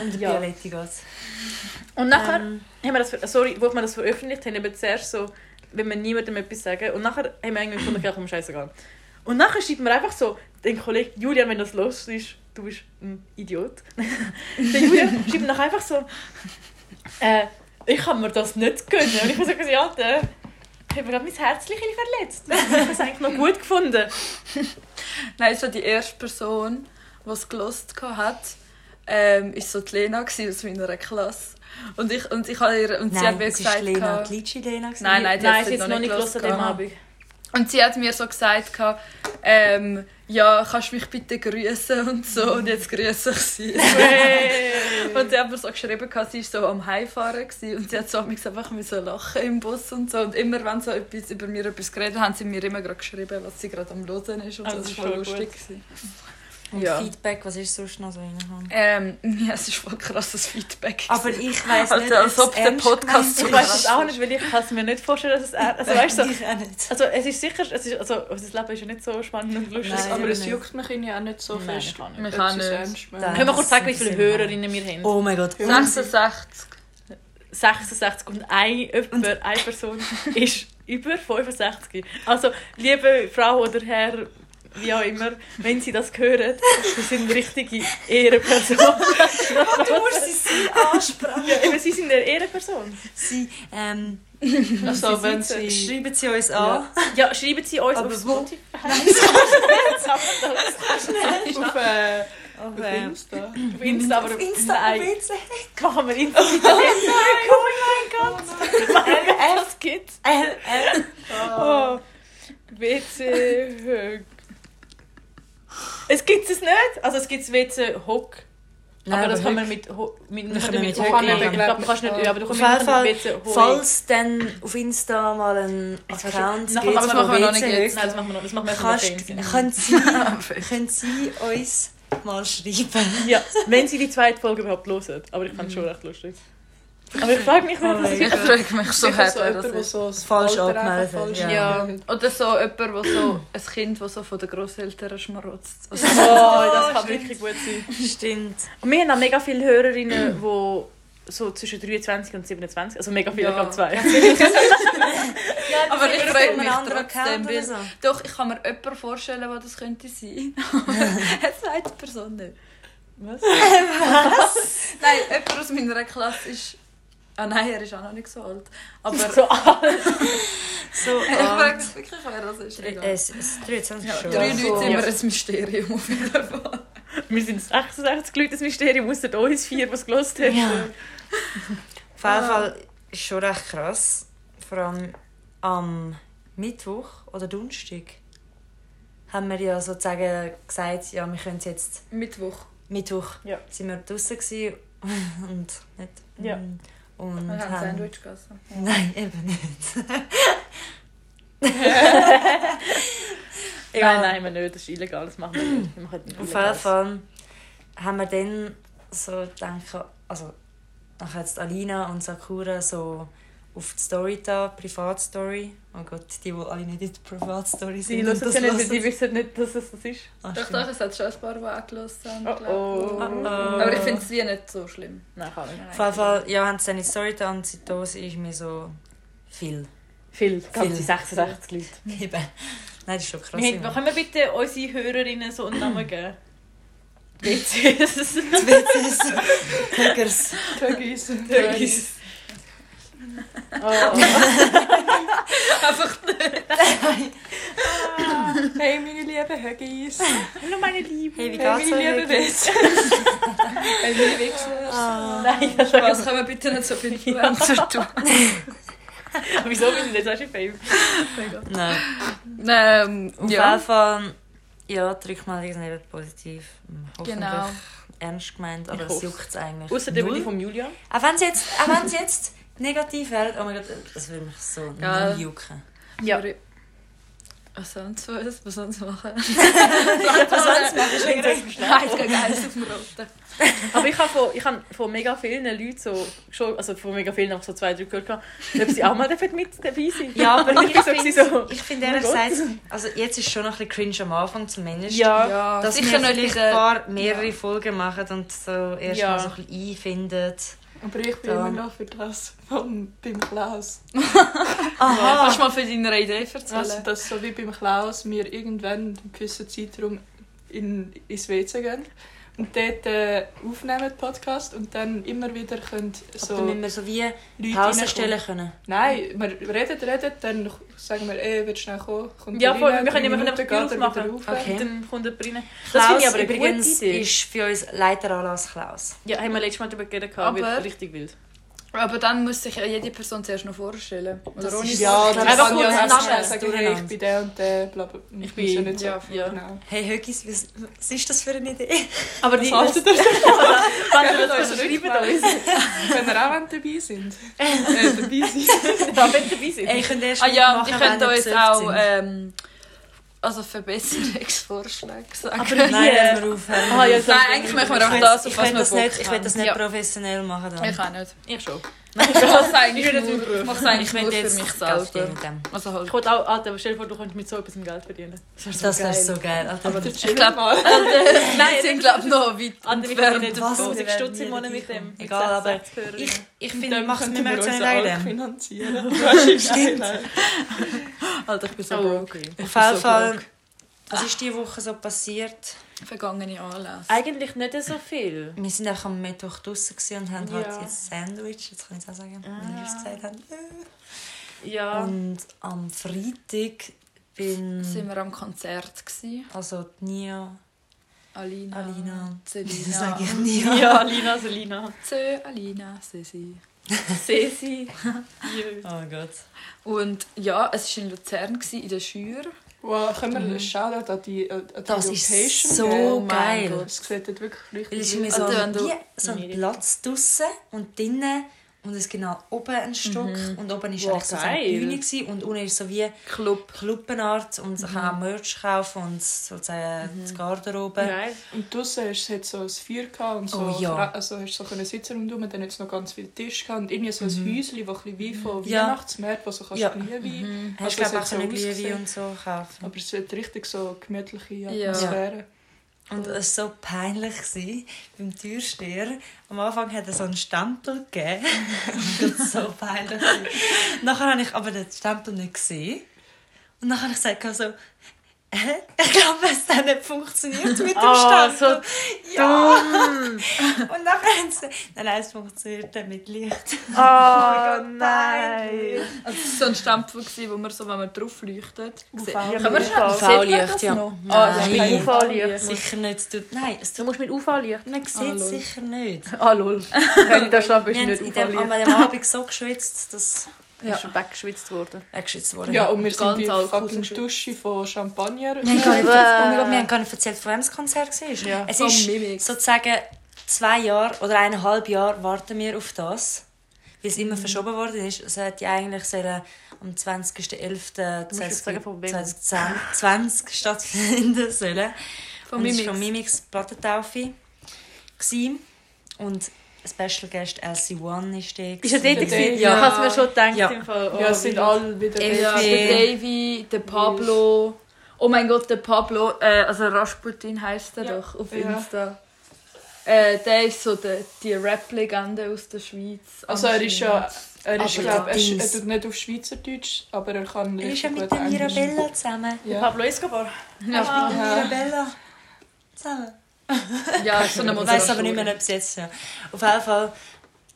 Speaker 1: Und der
Speaker 3: Ja.
Speaker 1: Bialetti geht's.
Speaker 3: Und nachher
Speaker 1: Ähm,
Speaker 3: haben wir das, ver- sorry, wo wir das veröffentlicht haben, eben zuerst so, wenn wir niemandem etwas sagen. Und nachher haben wir irgendwie gefunden, okay, komm, scheißegal. Und nachher schreibt mir einfach so, den Kollegen, Julian, wenn das los ist, du bist ein Idiot. der Julian schreibt nachher einfach so, äh, ich kann mir das nicht gönnen. Und ich habe so gesagt, ja, der, ich habe gerade mein Herzchen ein bisschen verletzt. Ich habe es eigentlich noch gut gefunden.
Speaker 2: Nein, so die erste Person, die es gelost hat, ähm, ist so die Lena gewesen aus meiner Klasse. Und ich, und ich habe ihr, und sie hat
Speaker 1: nein,
Speaker 2: mir
Speaker 1: es war
Speaker 2: gesagt,
Speaker 1: Lena,
Speaker 2: gehabt-
Speaker 1: die Litschi-Lena. gewesen.
Speaker 2: Nein, nein, die
Speaker 3: Nein,
Speaker 2: hat
Speaker 3: es ist jetzt noch nicht los an
Speaker 2: gehört.
Speaker 3: dem Abend.
Speaker 2: Und sie hat mir so gesagt, gehabt, ähm, ja, kannst du mich bitte grüßen und so. Und jetzt grüße ich sie. und sie hat mir so geschrieben, gehabt, sie war so am Heimfahren gewesen und sie hat so mich einfach müssen lachen im Bus und so. Und immer wenn so etwas über mir etwas geredet haben, haben sie mir immer gerade geschrieben, was sie gerade am Losen ist. Und
Speaker 3: Also, das
Speaker 2: so. das
Speaker 3: ist
Speaker 2: war voll
Speaker 3: voll gut.
Speaker 2: lustig. gewesen.
Speaker 1: Und
Speaker 2: Ja.
Speaker 1: Feedback, was ist sonst noch so reingekommen?
Speaker 2: Ähm, ja, es ist voll krasses Feedback.
Speaker 1: Aber ich weiss
Speaker 2: Alter,
Speaker 1: nicht,
Speaker 2: als ob
Speaker 1: es
Speaker 2: der
Speaker 1: ernst
Speaker 2: Podcast
Speaker 3: Ich
Speaker 1: gemeint
Speaker 3: weiß es auch nicht, weil ich kann es mir nicht vorstellen, dass es... er- Also, weißt du, so-
Speaker 1: Ich auch nicht.
Speaker 3: Also es ist sicher, es ist, also unser Leben ist ja nicht so spannend und lustig.
Speaker 1: Nein,
Speaker 4: aber es
Speaker 1: nicht.
Speaker 4: juckt mich irgendwie auch nicht so
Speaker 3: Nein,
Speaker 4: fest.
Speaker 3: kann
Speaker 2: nicht.
Speaker 4: ob
Speaker 2: Ich auch
Speaker 4: sie es
Speaker 2: nicht.
Speaker 4: ernst meinen.
Speaker 1: Dann-
Speaker 3: Können wir kurz sagen, wie
Speaker 1: Das
Speaker 3: viele
Speaker 1: sind wir.
Speaker 3: Hörerinnen wir haben?
Speaker 1: Oh mein Gott.
Speaker 2: 66.
Speaker 3: 66 und eine, jemand, eine Person ist über 65. Also liebe Frau oder Herr, wie auch immer, wenn Sie das hören, Sie sind richtige Ehrenperson.
Speaker 1: Du musst sie sie ansprechen.
Speaker 3: Ja, eben, Sie sind eine Ehrenperson.
Speaker 1: Sie, ähm,
Speaker 4: Also, wenn
Speaker 3: sitzen.
Speaker 4: sie...
Speaker 1: schreiben sie uns an.
Speaker 3: Ja, schreiben Sie uns
Speaker 1: Aber
Speaker 3: auf
Speaker 1: wo?
Speaker 3: Spotify.
Speaker 4: Auf, äh,
Speaker 1: Auf,
Speaker 4: auf
Speaker 1: ähm,
Speaker 4: Insta.
Speaker 3: Auf Insta, aber
Speaker 1: auf Insta,
Speaker 3: nein.
Speaker 1: auf Insta.
Speaker 3: Machen wir Insta. Oh mein Gott! mein Gott, was gibt's?
Speaker 1: Äh, äh,
Speaker 3: Oh, WC Höck. Es gibt es nicht. Also es gibt WC Hock.
Speaker 1: Nein,
Speaker 3: aber das kann man
Speaker 1: überhaupt
Speaker 3: mit Ho- mit
Speaker 1: Das
Speaker 3: kann
Speaker 1: kann man
Speaker 3: mit
Speaker 1: mit
Speaker 3: Ho-
Speaker 1: Honig
Speaker 3: Ich glaube, du kannst nicht,
Speaker 4: machen.
Speaker 3: ja, aber du
Speaker 1: Auf
Speaker 3: kannst
Speaker 1: jeden
Speaker 3: mit einem WC
Speaker 1: Fall,
Speaker 3: Honig-
Speaker 1: falls dann auf Insta mal ein
Speaker 3: Jetzt hast du-
Speaker 1: Account
Speaker 3: Nachher-
Speaker 1: gibt,
Speaker 3: aber das machen
Speaker 2: wir noch nicht
Speaker 1: WC
Speaker 2: jetzt.
Speaker 3: Nein, das machen wir noch. Das machen wir erst
Speaker 1: Kannst,
Speaker 3: mit Fans.
Speaker 1: können, Sie, können Sie uns mal schreiben?
Speaker 3: Ja, wenn sie die zweite Folge überhaupt hören. Aber ich fand es schon recht lustig. Aber ich frage mich, wer das
Speaker 1: Oh mein
Speaker 3: ist.
Speaker 2: Ich frage mich so
Speaker 4: Sicher
Speaker 2: hart,
Speaker 4: so
Speaker 2: wer
Speaker 4: jemand,
Speaker 2: das
Speaker 4: der
Speaker 2: ist.
Speaker 4: so das
Speaker 1: Falsch
Speaker 4: Alter einfach
Speaker 1: angemeldet,
Speaker 4: falsch
Speaker 1: ja.
Speaker 2: Ja.
Speaker 4: anmeldet.
Speaker 2: Oder so jemand, wo so ein Kind, das so von den Grosseltern schmarotzt.
Speaker 3: Oh,
Speaker 2: Also,
Speaker 3: das
Speaker 1: stimmt.
Speaker 3: kann wirklich gut sein.
Speaker 1: Stimmt.
Speaker 3: Und wir haben auch mega viele Hörerinnen, die so zwischen 23 und 27, also mega viele,
Speaker 2: Ja.
Speaker 3: ich glaube zwei.
Speaker 2: aber ich
Speaker 1: Vielleicht
Speaker 2: freue
Speaker 1: auf
Speaker 2: mich
Speaker 1: einem anderen
Speaker 2: trotzdem.
Speaker 1: Account oder
Speaker 2: Weil,
Speaker 1: so.
Speaker 2: Doch, ich kann mir jemanden vorstellen, wo das könnte sein. Eine zweite Person nicht.
Speaker 3: Was?
Speaker 2: Nein, jemand aus meiner Klasse ist... Ah nein, er ist auch noch nicht so alt. Aber
Speaker 3: So ah, alt.
Speaker 1: So,
Speaker 2: ich frage mich wirklich, wer das ist.
Speaker 1: äh,
Speaker 2: Egal.
Speaker 1: es ist 23
Speaker 2: Ja,
Speaker 1: schon.
Speaker 2: drei Leute
Speaker 4: so.
Speaker 2: sind
Speaker 3: Ja.
Speaker 2: mir ein Mysterium auf jeden Fall.
Speaker 3: Wir sind 66 Leute, das Mysterium, ausser uns vier, die es gelost haben.
Speaker 1: Ja. Auf jeden Fall ist schon recht krass. Vor allem am Mittwoch oder Donnerstag haben wir ja sozusagen gesagt, ja, wir können es jetzt
Speaker 2: Mittwoch.
Speaker 1: Mittwoch
Speaker 3: Ja.
Speaker 1: sind wir draußen gewesen und nicht. Mm.
Speaker 3: Ja.
Speaker 1: Und
Speaker 2: Wir haben ein
Speaker 1: haben...
Speaker 2: Sandwich gegessen.
Speaker 1: Nein, eben nicht.
Speaker 3: Nein, nein, wir nicht, das ist illegal, das machen wir nicht. Wir machen
Speaker 1: Auf jeden
Speaker 3: illegales.
Speaker 1: Fall haben wir dann so gedacht, also dann hat jetzt Alina und Sakura so auf die Story da, Privatstory. Oh Gott, die, die alle nicht in der Privatstory sind.
Speaker 3: Sie
Speaker 1: und
Speaker 3: hören es ja nicht, weil
Speaker 1: hören.
Speaker 3: sie wissen nicht, dass es das ist.
Speaker 1: Ah,
Speaker 2: Doch,
Speaker 1: stimmt.
Speaker 2: doch, es hat schon ein paar, die angelöst haben.
Speaker 3: Oh, oh.
Speaker 2: glaub ich.
Speaker 1: Oh, oh.
Speaker 2: Aber ich finde es wie nicht so schlimm.
Speaker 3: Nein, kann nicht.
Speaker 1: Auf jeden Fall, ja, haben sie dann in die Story da und seitdem ist mir so viel.
Speaker 3: Viel, ganze
Speaker 1: Viel.
Speaker 3: 66 Leute.
Speaker 1: Eben. Nein, das ist schon krass.
Speaker 3: Wir
Speaker 1: immer.
Speaker 3: haben, können wir bitte unsere Hörerinnen so einen Namen geben? WCS.
Speaker 1: Die WCs. Höckers.
Speaker 4: Tögis.
Speaker 3: Tögis. Oh.
Speaker 2: Einfach
Speaker 4: Hey, meine lieben Högis.
Speaker 3: Hallo meine Liebe.
Speaker 1: Hey, wie
Speaker 4: Hey,
Speaker 1: geht's
Speaker 4: meine lieben
Speaker 1: euch?
Speaker 4: Witz. Hey, meine Wichser.
Speaker 1: Ah.
Speaker 3: Nein, das war
Speaker 2: Spaß, können wir bitte nicht so viel Influencer tun.
Speaker 3: Wieso wir sind jetzt auch schon Fame?
Speaker 1: Nein.
Speaker 2: Ähm,
Speaker 1: Auf jeden
Speaker 2: ja,
Speaker 1: Fall, ja, die Rückmeldung ist nicht positiv. Hoffentlich
Speaker 2: genau.
Speaker 1: ernst gemeint, aber
Speaker 3: Ich
Speaker 1: es
Speaker 3: hoffe.
Speaker 1: juckt es eigentlich.
Speaker 3: Außer der
Speaker 1: null.
Speaker 3: Willi von Julia.
Speaker 1: Auch wenn es jetzt, auch wenn's jetzt negativ wäre, oh mein Gott, das würde mich so
Speaker 2: Geil.
Speaker 1: null jucken.
Speaker 3: Ja.
Speaker 2: Sorry. Was sonst was? Was sonst machen?
Speaker 1: Was sonst machst du
Speaker 2: Nein, gegen eins auf dem Roten.
Speaker 3: Aber ich habe von, ich habe von mega vielen Leuten so, schon, also von mega vielen einfach so zwei, drei gehört, gehabt, ob sie auch mal dürfen mit dabei sind.
Speaker 1: Ja, aber ich
Speaker 3: ich so,
Speaker 1: finde
Speaker 3: gewesen, so.
Speaker 1: ich find ehrlich
Speaker 3: Oh mein
Speaker 1: gesagt, also jetzt ist schon noch ein bisschen cringe am Anfang zumindest.
Speaker 3: Ja.
Speaker 2: Ja, Also
Speaker 1: Dass
Speaker 2: sicher
Speaker 1: wir
Speaker 2: nicht
Speaker 1: vielleicht
Speaker 2: diese-
Speaker 1: ein
Speaker 3: Ah.
Speaker 1: paar mehrere Folgen machen und so erst
Speaker 3: Ja.
Speaker 1: mal so ein bisschen einfinden.
Speaker 4: Aber ich bin
Speaker 1: Da.
Speaker 4: immer noch für das von, beim Klaus.
Speaker 2: Kannst du mal für deine Idee
Speaker 4: Also,
Speaker 2: erzählen?
Speaker 4: dass so wie beim Klaus wir irgendwann in einem gewissen Zeitraum in, ins WC gehen und dort äh, aufnehmen den Podcast und dann immer wieder können
Speaker 1: So.
Speaker 4: so
Speaker 1: Aber
Speaker 4: Leute
Speaker 1: müssen wir so wie Pausen
Speaker 4: reinkommen.
Speaker 1: stellen können.
Speaker 4: Nein, wir reden, reden, dann sagen wir, ey, willst du schnell kommen? Kommt
Speaker 3: Ja,
Speaker 4: der
Speaker 3: voll,
Speaker 4: rein,
Speaker 3: wir können
Speaker 4: drei
Speaker 3: immer- wir
Speaker 4: Minuten
Speaker 3: können
Speaker 4: geht er
Speaker 3: einfach
Speaker 4: wieder
Speaker 3: Aufmachen.
Speaker 4: rauf.
Speaker 1: Okay.
Speaker 3: Dann kommt jemand rein. Das finde
Speaker 1: Klaus
Speaker 3: ich aber eine gute
Speaker 1: übrigens
Speaker 3: Idee.
Speaker 1: ist für uns Leiteranlass Klaus.
Speaker 3: Ja, haben wir letztes Mal darüber geredet,
Speaker 2: Aber-
Speaker 3: aber wird richtig wild.
Speaker 2: Aber dann muss sich ja jede Person zuerst noch vorstellen.
Speaker 1: Das
Speaker 2: Oder ohne
Speaker 1: ist-
Speaker 4: Ja, dann
Speaker 1: Einfach
Speaker 4: kann ich
Speaker 3: kurz
Speaker 4: ja auch
Speaker 1: Namen.
Speaker 4: schnell sagen, hey, ich bin der und der, bla bla.
Speaker 3: Ich
Speaker 4: muss ja Nou.
Speaker 3: bin-
Speaker 4: nicht so-
Speaker 2: ja,
Speaker 3: ja.
Speaker 4: Genau.
Speaker 1: Hey Högis, was, was ist das für eine Idee?
Speaker 3: Aber die,
Speaker 4: Was haltet
Speaker 3: das? Wenn
Speaker 4: Gebt
Speaker 3: ihr
Speaker 4: uns
Speaker 3: das
Speaker 4: Rückmeldung.
Speaker 3: verschreiben, uns.
Speaker 4: Wenn ihr auch wollt, dabei sind. äh, dabei sind.
Speaker 3: Ja, wenn ihr dabei seid.
Speaker 1: Ey, ich könnte erst
Speaker 2: Ah ja,
Speaker 1: mitmachen,
Speaker 2: ich könnte
Speaker 1: wenn ihr
Speaker 2: uns
Speaker 1: besucht
Speaker 2: auch
Speaker 1: sind.
Speaker 2: ähm, also Verbesserungsvorschläge sagen.
Speaker 3: Aber wie?
Speaker 1: Nein, lass mal aufhören.
Speaker 3: Ah, ja,
Speaker 1: ich
Speaker 3: das-
Speaker 2: Nein, eigentlich machen wir einfach
Speaker 1: will-
Speaker 2: das, auf
Speaker 1: ich
Speaker 2: was
Speaker 1: will
Speaker 2: wir
Speaker 1: das
Speaker 2: Bock
Speaker 1: nicht, ich will
Speaker 2: haben.
Speaker 1: das nicht
Speaker 2: Ja.
Speaker 1: professionell machen. Dann.
Speaker 2: Ich auch nicht.
Speaker 3: Ich schon.
Speaker 2: Ich mache es eigentlich
Speaker 3: Ich würde das
Speaker 2: nur, ich mache es eigentlich nur
Speaker 1: Ich will
Speaker 2: für
Speaker 1: jetzt
Speaker 2: mich
Speaker 1: Geld verdienen
Speaker 2: selber.
Speaker 1: mit dem.
Speaker 2: Also halt.
Speaker 3: Ich wollte auch, Alter, stell dir vor, du könntest mit so etwas Geld verdienen.
Speaker 1: Das wäre so geil. Alter.
Speaker 3: Aber
Speaker 2: Ich glaube, nein, ich sind glaube noch weit
Speaker 3: andere
Speaker 2: entfernt.
Speaker 3: verdienen nicht
Speaker 1: was-
Speaker 3: 1000 Stutz im Monat mit dem.
Speaker 1: Egal, aber
Speaker 3: ich...
Speaker 1: Ich, ich finde,
Speaker 4: Dann
Speaker 1: mach es
Speaker 4: könnten
Speaker 1: mir mehr
Speaker 4: wir
Speaker 1: zu
Speaker 4: uns
Speaker 1: einer
Speaker 4: auch
Speaker 1: Idee.
Speaker 4: finanzieren. Das ist
Speaker 1: Stimmt.
Speaker 4: geil.
Speaker 2: Alter, ich bin so
Speaker 3: Oh,
Speaker 2: broke.
Speaker 3: okay.
Speaker 1: Auf
Speaker 2: bin
Speaker 1: jeden
Speaker 2: so
Speaker 1: Fall, was ist diese Woche so passiert?
Speaker 2: Vergangene Anlässe.
Speaker 3: Eigentlich nicht so viel.
Speaker 1: Wir waren einfach am Mittwoch draußen gewesen und haben halt
Speaker 3: Ja.
Speaker 1: jetzt Sandwich, jetzt kann ich es auch sagen,
Speaker 2: Ah.
Speaker 1: wenn ihr es gesagt habt.
Speaker 3: Ja.
Speaker 1: Und am Freitag
Speaker 2: Sind
Speaker 1: bin
Speaker 2: wir am Konzert gewesen.
Speaker 1: also die Nia,
Speaker 2: Alina,
Speaker 1: Alina. Wieso
Speaker 2: Selina.
Speaker 1: sage ich Nia?
Speaker 3: Ja, Lina, Selina.
Speaker 2: Zö, Alina, Sisi.
Speaker 3: Sesi.
Speaker 1: Oh Gott. Oh
Speaker 2: Und ja, es war in Luzern, gewesen, in der Schür.
Speaker 4: Wow, können wir einen Shoutout an die, an die
Speaker 1: Das ist
Speaker 4: Location
Speaker 1: so
Speaker 4: geben?
Speaker 1: geil.
Speaker 4: Das sieht dort wirklich
Speaker 1: Weil es
Speaker 4: richtig
Speaker 1: ist immer so,
Speaker 2: Also wenn du-
Speaker 1: wie so ein Platz draussen und drinnen und es genau oben ein Stock und oben ist
Speaker 3: Wow,
Speaker 1: eigentlich so eine
Speaker 3: geil.
Speaker 1: Bühne gewesen, und unten ist so wie
Speaker 2: Club.
Speaker 1: Klubbenart und man kann auch Merch kaufen und sozusagen das Garderobe.
Speaker 3: Geil.
Speaker 4: Und draussen hast du jetzt so ein Feuer gehabt und so,
Speaker 1: Oh ja.
Speaker 4: Fra- also hast du so können sitzen rundherum und dann jetzt noch ganz viele Tische gehabt und irgendwie so ein Häuschen, das ein bisschen wie von
Speaker 1: Mhm. Ja.
Speaker 4: Weihnachtsmärkten, wo so kannst
Speaker 1: Ja. Mhm.
Speaker 4: Glühwein...
Speaker 1: Hast
Speaker 4: Also,
Speaker 1: du, glaube ich,
Speaker 4: es
Speaker 1: auch
Speaker 4: hat
Speaker 1: eine
Speaker 4: so
Speaker 1: Glühwein
Speaker 4: ausgesehen.
Speaker 1: und so kaufen.
Speaker 4: Aber es hat richtig so gemütliche
Speaker 2: Ja.
Speaker 4: Atmosphäre.
Speaker 1: Und es war so peinlich gewesen, beim Türsteher. Am Anfang hat er so einen Stempel gegeben. das war so peinlich. gewesen. Nachher habe ich aber den Stempel nicht gesehen. Und nachher habe ich gesagt, so, «Hä? ich glaube, es hat nicht funktioniert mit dem
Speaker 3: Oh,
Speaker 1: Stempel. ja. Und nachher haben sie nein, nein, es funktioniert dann mit Licht. Ah,
Speaker 3: Oh
Speaker 2: Also es war so ein Stempel, gewesen, wo man so, wenn man drauf leuchtet, sieht.
Speaker 3: Ja,
Speaker 2: Kann man
Speaker 3: mit
Speaker 2: schnell-
Speaker 3: UV.
Speaker 2: sieht man das
Speaker 1: UV-Licht, ja.
Speaker 2: noch?
Speaker 1: Nein.
Speaker 2: Ah, das
Speaker 1: Nein.
Speaker 2: ist kein
Speaker 3: UV-Licht.
Speaker 2: UV-Licht.
Speaker 1: Sicher nicht. es tut- Nein, es
Speaker 3: Du
Speaker 1: tut
Speaker 3: musst mit UV-Licht.
Speaker 1: man
Speaker 2: Ah,
Speaker 1: sieht
Speaker 2: lol.
Speaker 1: sicher nicht.
Speaker 3: Ah, lol. Wenn ich da schlafe,
Speaker 1: Wir
Speaker 3: ist
Speaker 1: haben
Speaker 3: nicht
Speaker 1: in dem, an
Speaker 3: UV-Licht.
Speaker 1: dem Abend so geschwitzt, dass
Speaker 3: Ja. Ist weggeschwitzt worden.
Speaker 1: er geschwitzt wurde.
Speaker 4: Ja, und wir
Speaker 2: Ganz
Speaker 4: sind bei
Speaker 2: alt,
Speaker 4: fucking
Speaker 2: cool.
Speaker 4: Dusche von Champagner.
Speaker 1: Wir haben gar
Speaker 3: Wow.
Speaker 1: nicht, oh mein Gott, wir haben gar nicht erzählt, von wem das Konzert war.
Speaker 3: Ja.
Speaker 1: Es
Speaker 2: Von
Speaker 1: ist
Speaker 2: Mimix.
Speaker 1: sozusagen zwei Jahre oder eineinhalb Jahre warten wir auf das, weil es immer verschoben worden ist. Es hätte ja eigentlich sollen am 20.11.2010
Speaker 3: musst jetzt sagen, von wem.
Speaker 1: 2020 stattfinden sollen.
Speaker 2: Von
Speaker 1: Und es
Speaker 2: Mimix.
Speaker 1: war von Mimix Plattentaufe. gewesen. Und Special Guest Elsie One war der.
Speaker 3: Ist er dort? gewesen?
Speaker 4: Ja.
Speaker 3: Ich habe mir schon gedacht.
Speaker 1: Ja.
Speaker 3: Im Fall. Oh,
Speaker 4: Ja, es sind
Speaker 3: wie-
Speaker 4: alle wieder
Speaker 2: Ja,
Speaker 1: Elfie.
Speaker 2: der Davy, der Pablo. Oh mein Gott, der Pablo, äh, also Rasputin heißt er
Speaker 4: Ja.
Speaker 2: doch auf
Speaker 4: Ja.
Speaker 2: Insta. Äh, der ist so der, die Rap-Legende aus der Schweiz.
Speaker 4: Also er ist ja, er ist,
Speaker 1: Aber
Speaker 4: glaub, er, sch- er
Speaker 1: Dings.
Speaker 4: tut nicht auf Schweizerdeutsch, aber er kann
Speaker 1: Er ist
Speaker 4: richtig
Speaker 1: ja mit
Speaker 4: gut
Speaker 1: der
Speaker 4: Englisch.
Speaker 1: Mirabella zusammen.
Speaker 4: Ja.
Speaker 3: Pablo Escobar.
Speaker 2: Ja,
Speaker 1: Mit der Mirabella zusammen.
Speaker 2: ja so eine
Speaker 1: Ich weiß aber nicht mehr, ob es jetzt ja. Auf jeden Fall,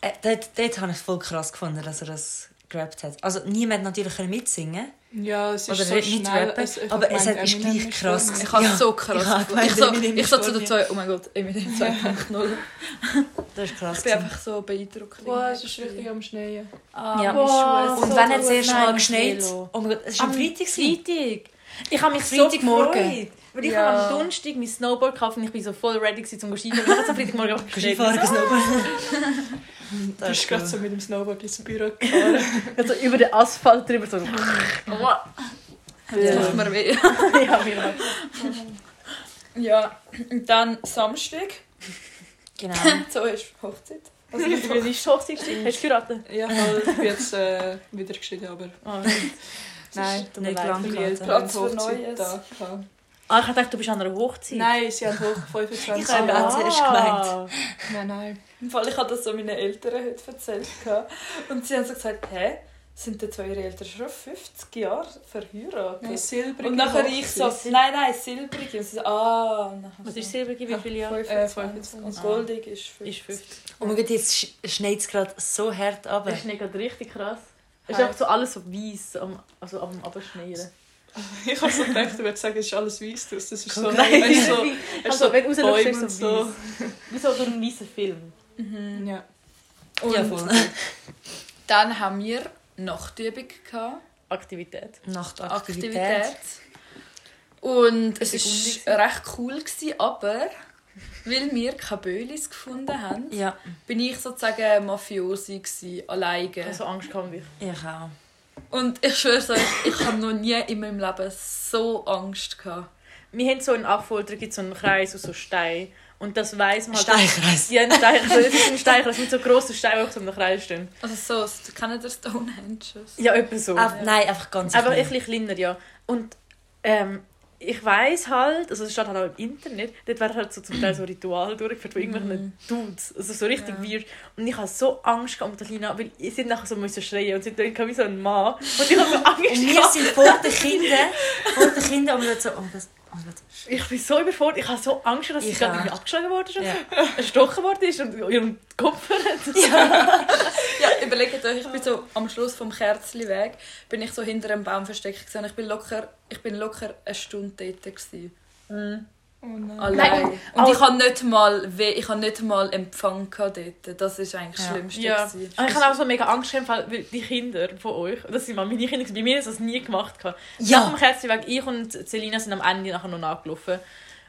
Speaker 1: äh, dort, dort habe ich es voll krass gefunden, dass er das gerappt hat. Also niemand natürlich können mitsingen
Speaker 4: ja, es ist
Speaker 1: oder
Speaker 4: so
Speaker 1: nicht
Speaker 4: schnell.
Speaker 1: mitrappen,
Speaker 4: ich
Speaker 1: aber
Speaker 4: meine,
Speaker 1: es hat- ist
Speaker 4: Eminem
Speaker 1: gleich krass
Speaker 4: vorne.
Speaker 2: Ich habe
Speaker 1: Ja.
Speaker 2: es so krass.
Speaker 1: Ich habe
Speaker 2: gefunden. ich,
Speaker 1: gemeint,
Speaker 2: so,
Speaker 1: Eminem
Speaker 2: ich so zu
Speaker 1: ist
Speaker 2: der 2. Oh mein Gott, Eminem 2.0.
Speaker 1: Das ist krass.
Speaker 2: Ich bin
Speaker 1: gewesen.
Speaker 2: einfach so beeindruckt. Ah,
Speaker 4: Wow, es ist richtig am Schneien.
Speaker 1: Ja.
Speaker 3: Wow,
Speaker 1: Und
Speaker 3: so
Speaker 1: wenn hat es
Speaker 3: gut.
Speaker 1: erst mal
Speaker 3: Nein,
Speaker 1: geschneit?
Speaker 3: Velo.
Speaker 1: Oh mein Gott, es war am Freitag. gewesen.
Speaker 3: Freitag. Ich habe mich so
Speaker 1: Freitagmorgen.
Speaker 3: gefreut. Weil ich
Speaker 2: Ja.
Speaker 3: habe am Donnerstag mein Snowboard gekauft und ich bin so voll ready gewesen, zum Skifahren. Und dann hat es am Freitagmorgen einfach
Speaker 1: Kannst du
Speaker 3: geschneit.
Speaker 1: fahren, Snowboard?
Speaker 4: Du
Speaker 1: Das
Speaker 4: bist
Speaker 1: ist
Speaker 4: gerade
Speaker 1: cool.
Speaker 4: so mit dem Snowboard ins Büro gefahren.
Speaker 3: Also über den Asphalt drüber so.
Speaker 2: Das macht mir weh.
Speaker 3: ja,
Speaker 4: genau.
Speaker 3: mir
Speaker 4: Also,
Speaker 2: Ja, und dann Samstag.
Speaker 1: Genau.
Speaker 2: So ist Hochzeit.
Speaker 3: Also, wie viel ist die Hochzeit? gewesen? Hast du geraten?
Speaker 4: ja, voll. ich bin jetzt äh, wieder geschieden, aber
Speaker 3: Ah,
Speaker 1: Nein,
Speaker 3: tut mir
Speaker 1: nicht
Speaker 3: leid.
Speaker 1: lang
Speaker 4: die Eltern
Speaker 1: geladen.
Speaker 4: haben
Speaker 2: Platz für Neues.
Speaker 4: Hochzeittag gehabt.
Speaker 3: Ah, ich dachte, du bist an einer Hochzeit.
Speaker 4: Nein, sie haben hoch 25.
Speaker 1: Ich habe
Speaker 4: Ah.
Speaker 1: gerade zuerst gemeint.
Speaker 4: Nein, nein.
Speaker 2: Im Fall, ich habe das so meinen Eltern heute erzählt. gehabt. Und sie haben so gesagt, hä, sind denn zwei ihre Eltern schon 50 Jahre verheiratet?
Speaker 4: Nein, silbrige
Speaker 2: und nachher
Speaker 4: Hochzeit.
Speaker 2: ich so, nein, nein, silbrig. Und sie so, ah. und nachher
Speaker 3: Was
Speaker 2: so,
Speaker 3: ist Silber? Wie viele Jahre?
Speaker 4: Äh,
Speaker 2: 25.
Speaker 4: 25.
Speaker 2: Und goldig ist 50.
Speaker 3: Ist 50.
Speaker 1: Oh mein Gott, jetzt schneit es gerade so hart ab.
Speaker 3: Das ist nicht gerade richtig krass. Es ist einfach so alles so weiss, am- also am Abschneiden.
Speaker 4: Ich habe so gedacht, du würdest sagen, es ist alles weiß. Das ist so...
Speaker 1: Guck,
Speaker 4: Nein,
Speaker 3: Nein,
Speaker 4: es ist so...
Speaker 3: Also, wenn du rausschaust,
Speaker 4: Bäume und
Speaker 3: ist so weiss. Wie so durch einen weissen Film.
Speaker 2: Mhm.
Speaker 4: Ja.
Speaker 2: Und
Speaker 1: Ja, voll.
Speaker 2: dann haben wir Nachtübung gehabt.
Speaker 3: Aktivität.
Speaker 1: Nachtaktivität.
Speaker 2: Aktivität. Und es
Speaker 1: Sekunde
Speaker 2: war recht cool, gewesen, aber weil wir keine Bölis gefunden haben,
Speaker 1: Ja,
Speaker 2: bin ich sozusagen Mafiosi, gewesen, alleine.
Speaker 3: Also Angst kann ich.
Speaker 1: ich auch.
Speaker 2: Und ich schwöre euch, ich habe noch nie in meinem Leben so Angst gehabt.
Speaker 3: Wir haben so einen Affolter, gibt so einen Kreis aus so Stein. Und das weiss man halt.
Speaker 1: Steichreis.
Speaker 3: Ja, ein Steinkreis. Das ist ein Steinkreis mit so grossen Steinen, die auf einem Kreis stehen.
Speaker 2: Also so, kennt ihr Stonehenges?
Speaker 3: Ja, etwa so.
Speaker 1: Ah, nein, einfach ganz
Speaker 3: Aber ein
Speaker 1: klein.
Speaker 3: bisschen kleiner, ja. Und ähm, ich weiss halt, also es steht halt auch im Internet, dort werden halt so zum Teil so Ritual durchgeführt von
Speaker 1: Mhm.
Speaker 3: irgendwelchen Dudes. Also so richtig
Speaker 2: Ja.
Speaker 3: weird. Und ich habe so Angst gehabt um die Lina, weil sie hat nachher so müssen schreien und sie hat wie so ein Mann. Und ich habe so
Speaker 1: Und
Speaker 3: Angst
Speaker 1: wir
Speaker 3: gehabt.
Speaker 1: sind vor den Kindern, vor den Kindern und wir so, oh, das, oh, das.
Speaker 3: Ich bin so überfordert, ich habe so Angst, gehabt, dass sie
Speaker 1: Ich
Speaker 3: gerade
Speaker 1: auch.
Speaker 3: irgendwie abgeschlagen worden ist und
Speaker 1: Ja.
Speaker 3: so erstochen worden ist und ihren Kopf verrennt.
Speaker 2: Ja, überlegt euch, ich bin so am Schluss vom Kerzliweg, bin ich so hinter einem Baum versteckt gewesen. und Ich bin locker, ich bin locker eine Stunde dort gewesen.
Speaker 4: Oh nein.
Speaker 2: Allein.
Speaker 3: Nein,
Speaker 2: und
Speaker 3: auch-
Speaker 2: ich habe nicht mal weh, ich habe nicht mal Empfang gehabt dort. Das ist eigentlich das
Speaker 1: Ja.
Speaker 2: Schlimmste.
Speaker 3: Ja.
Speaker 2: gewesen.
Speaker 3: Und ich habe auch so mega Angst gehabt, weil die Kinder von euch, das sind mal meine Kinder, bei mir ist das nie gemacht. gehabt. Nach dem Kerzenweg, ich und Celina sind am Ende nachher noch nachgelaufen.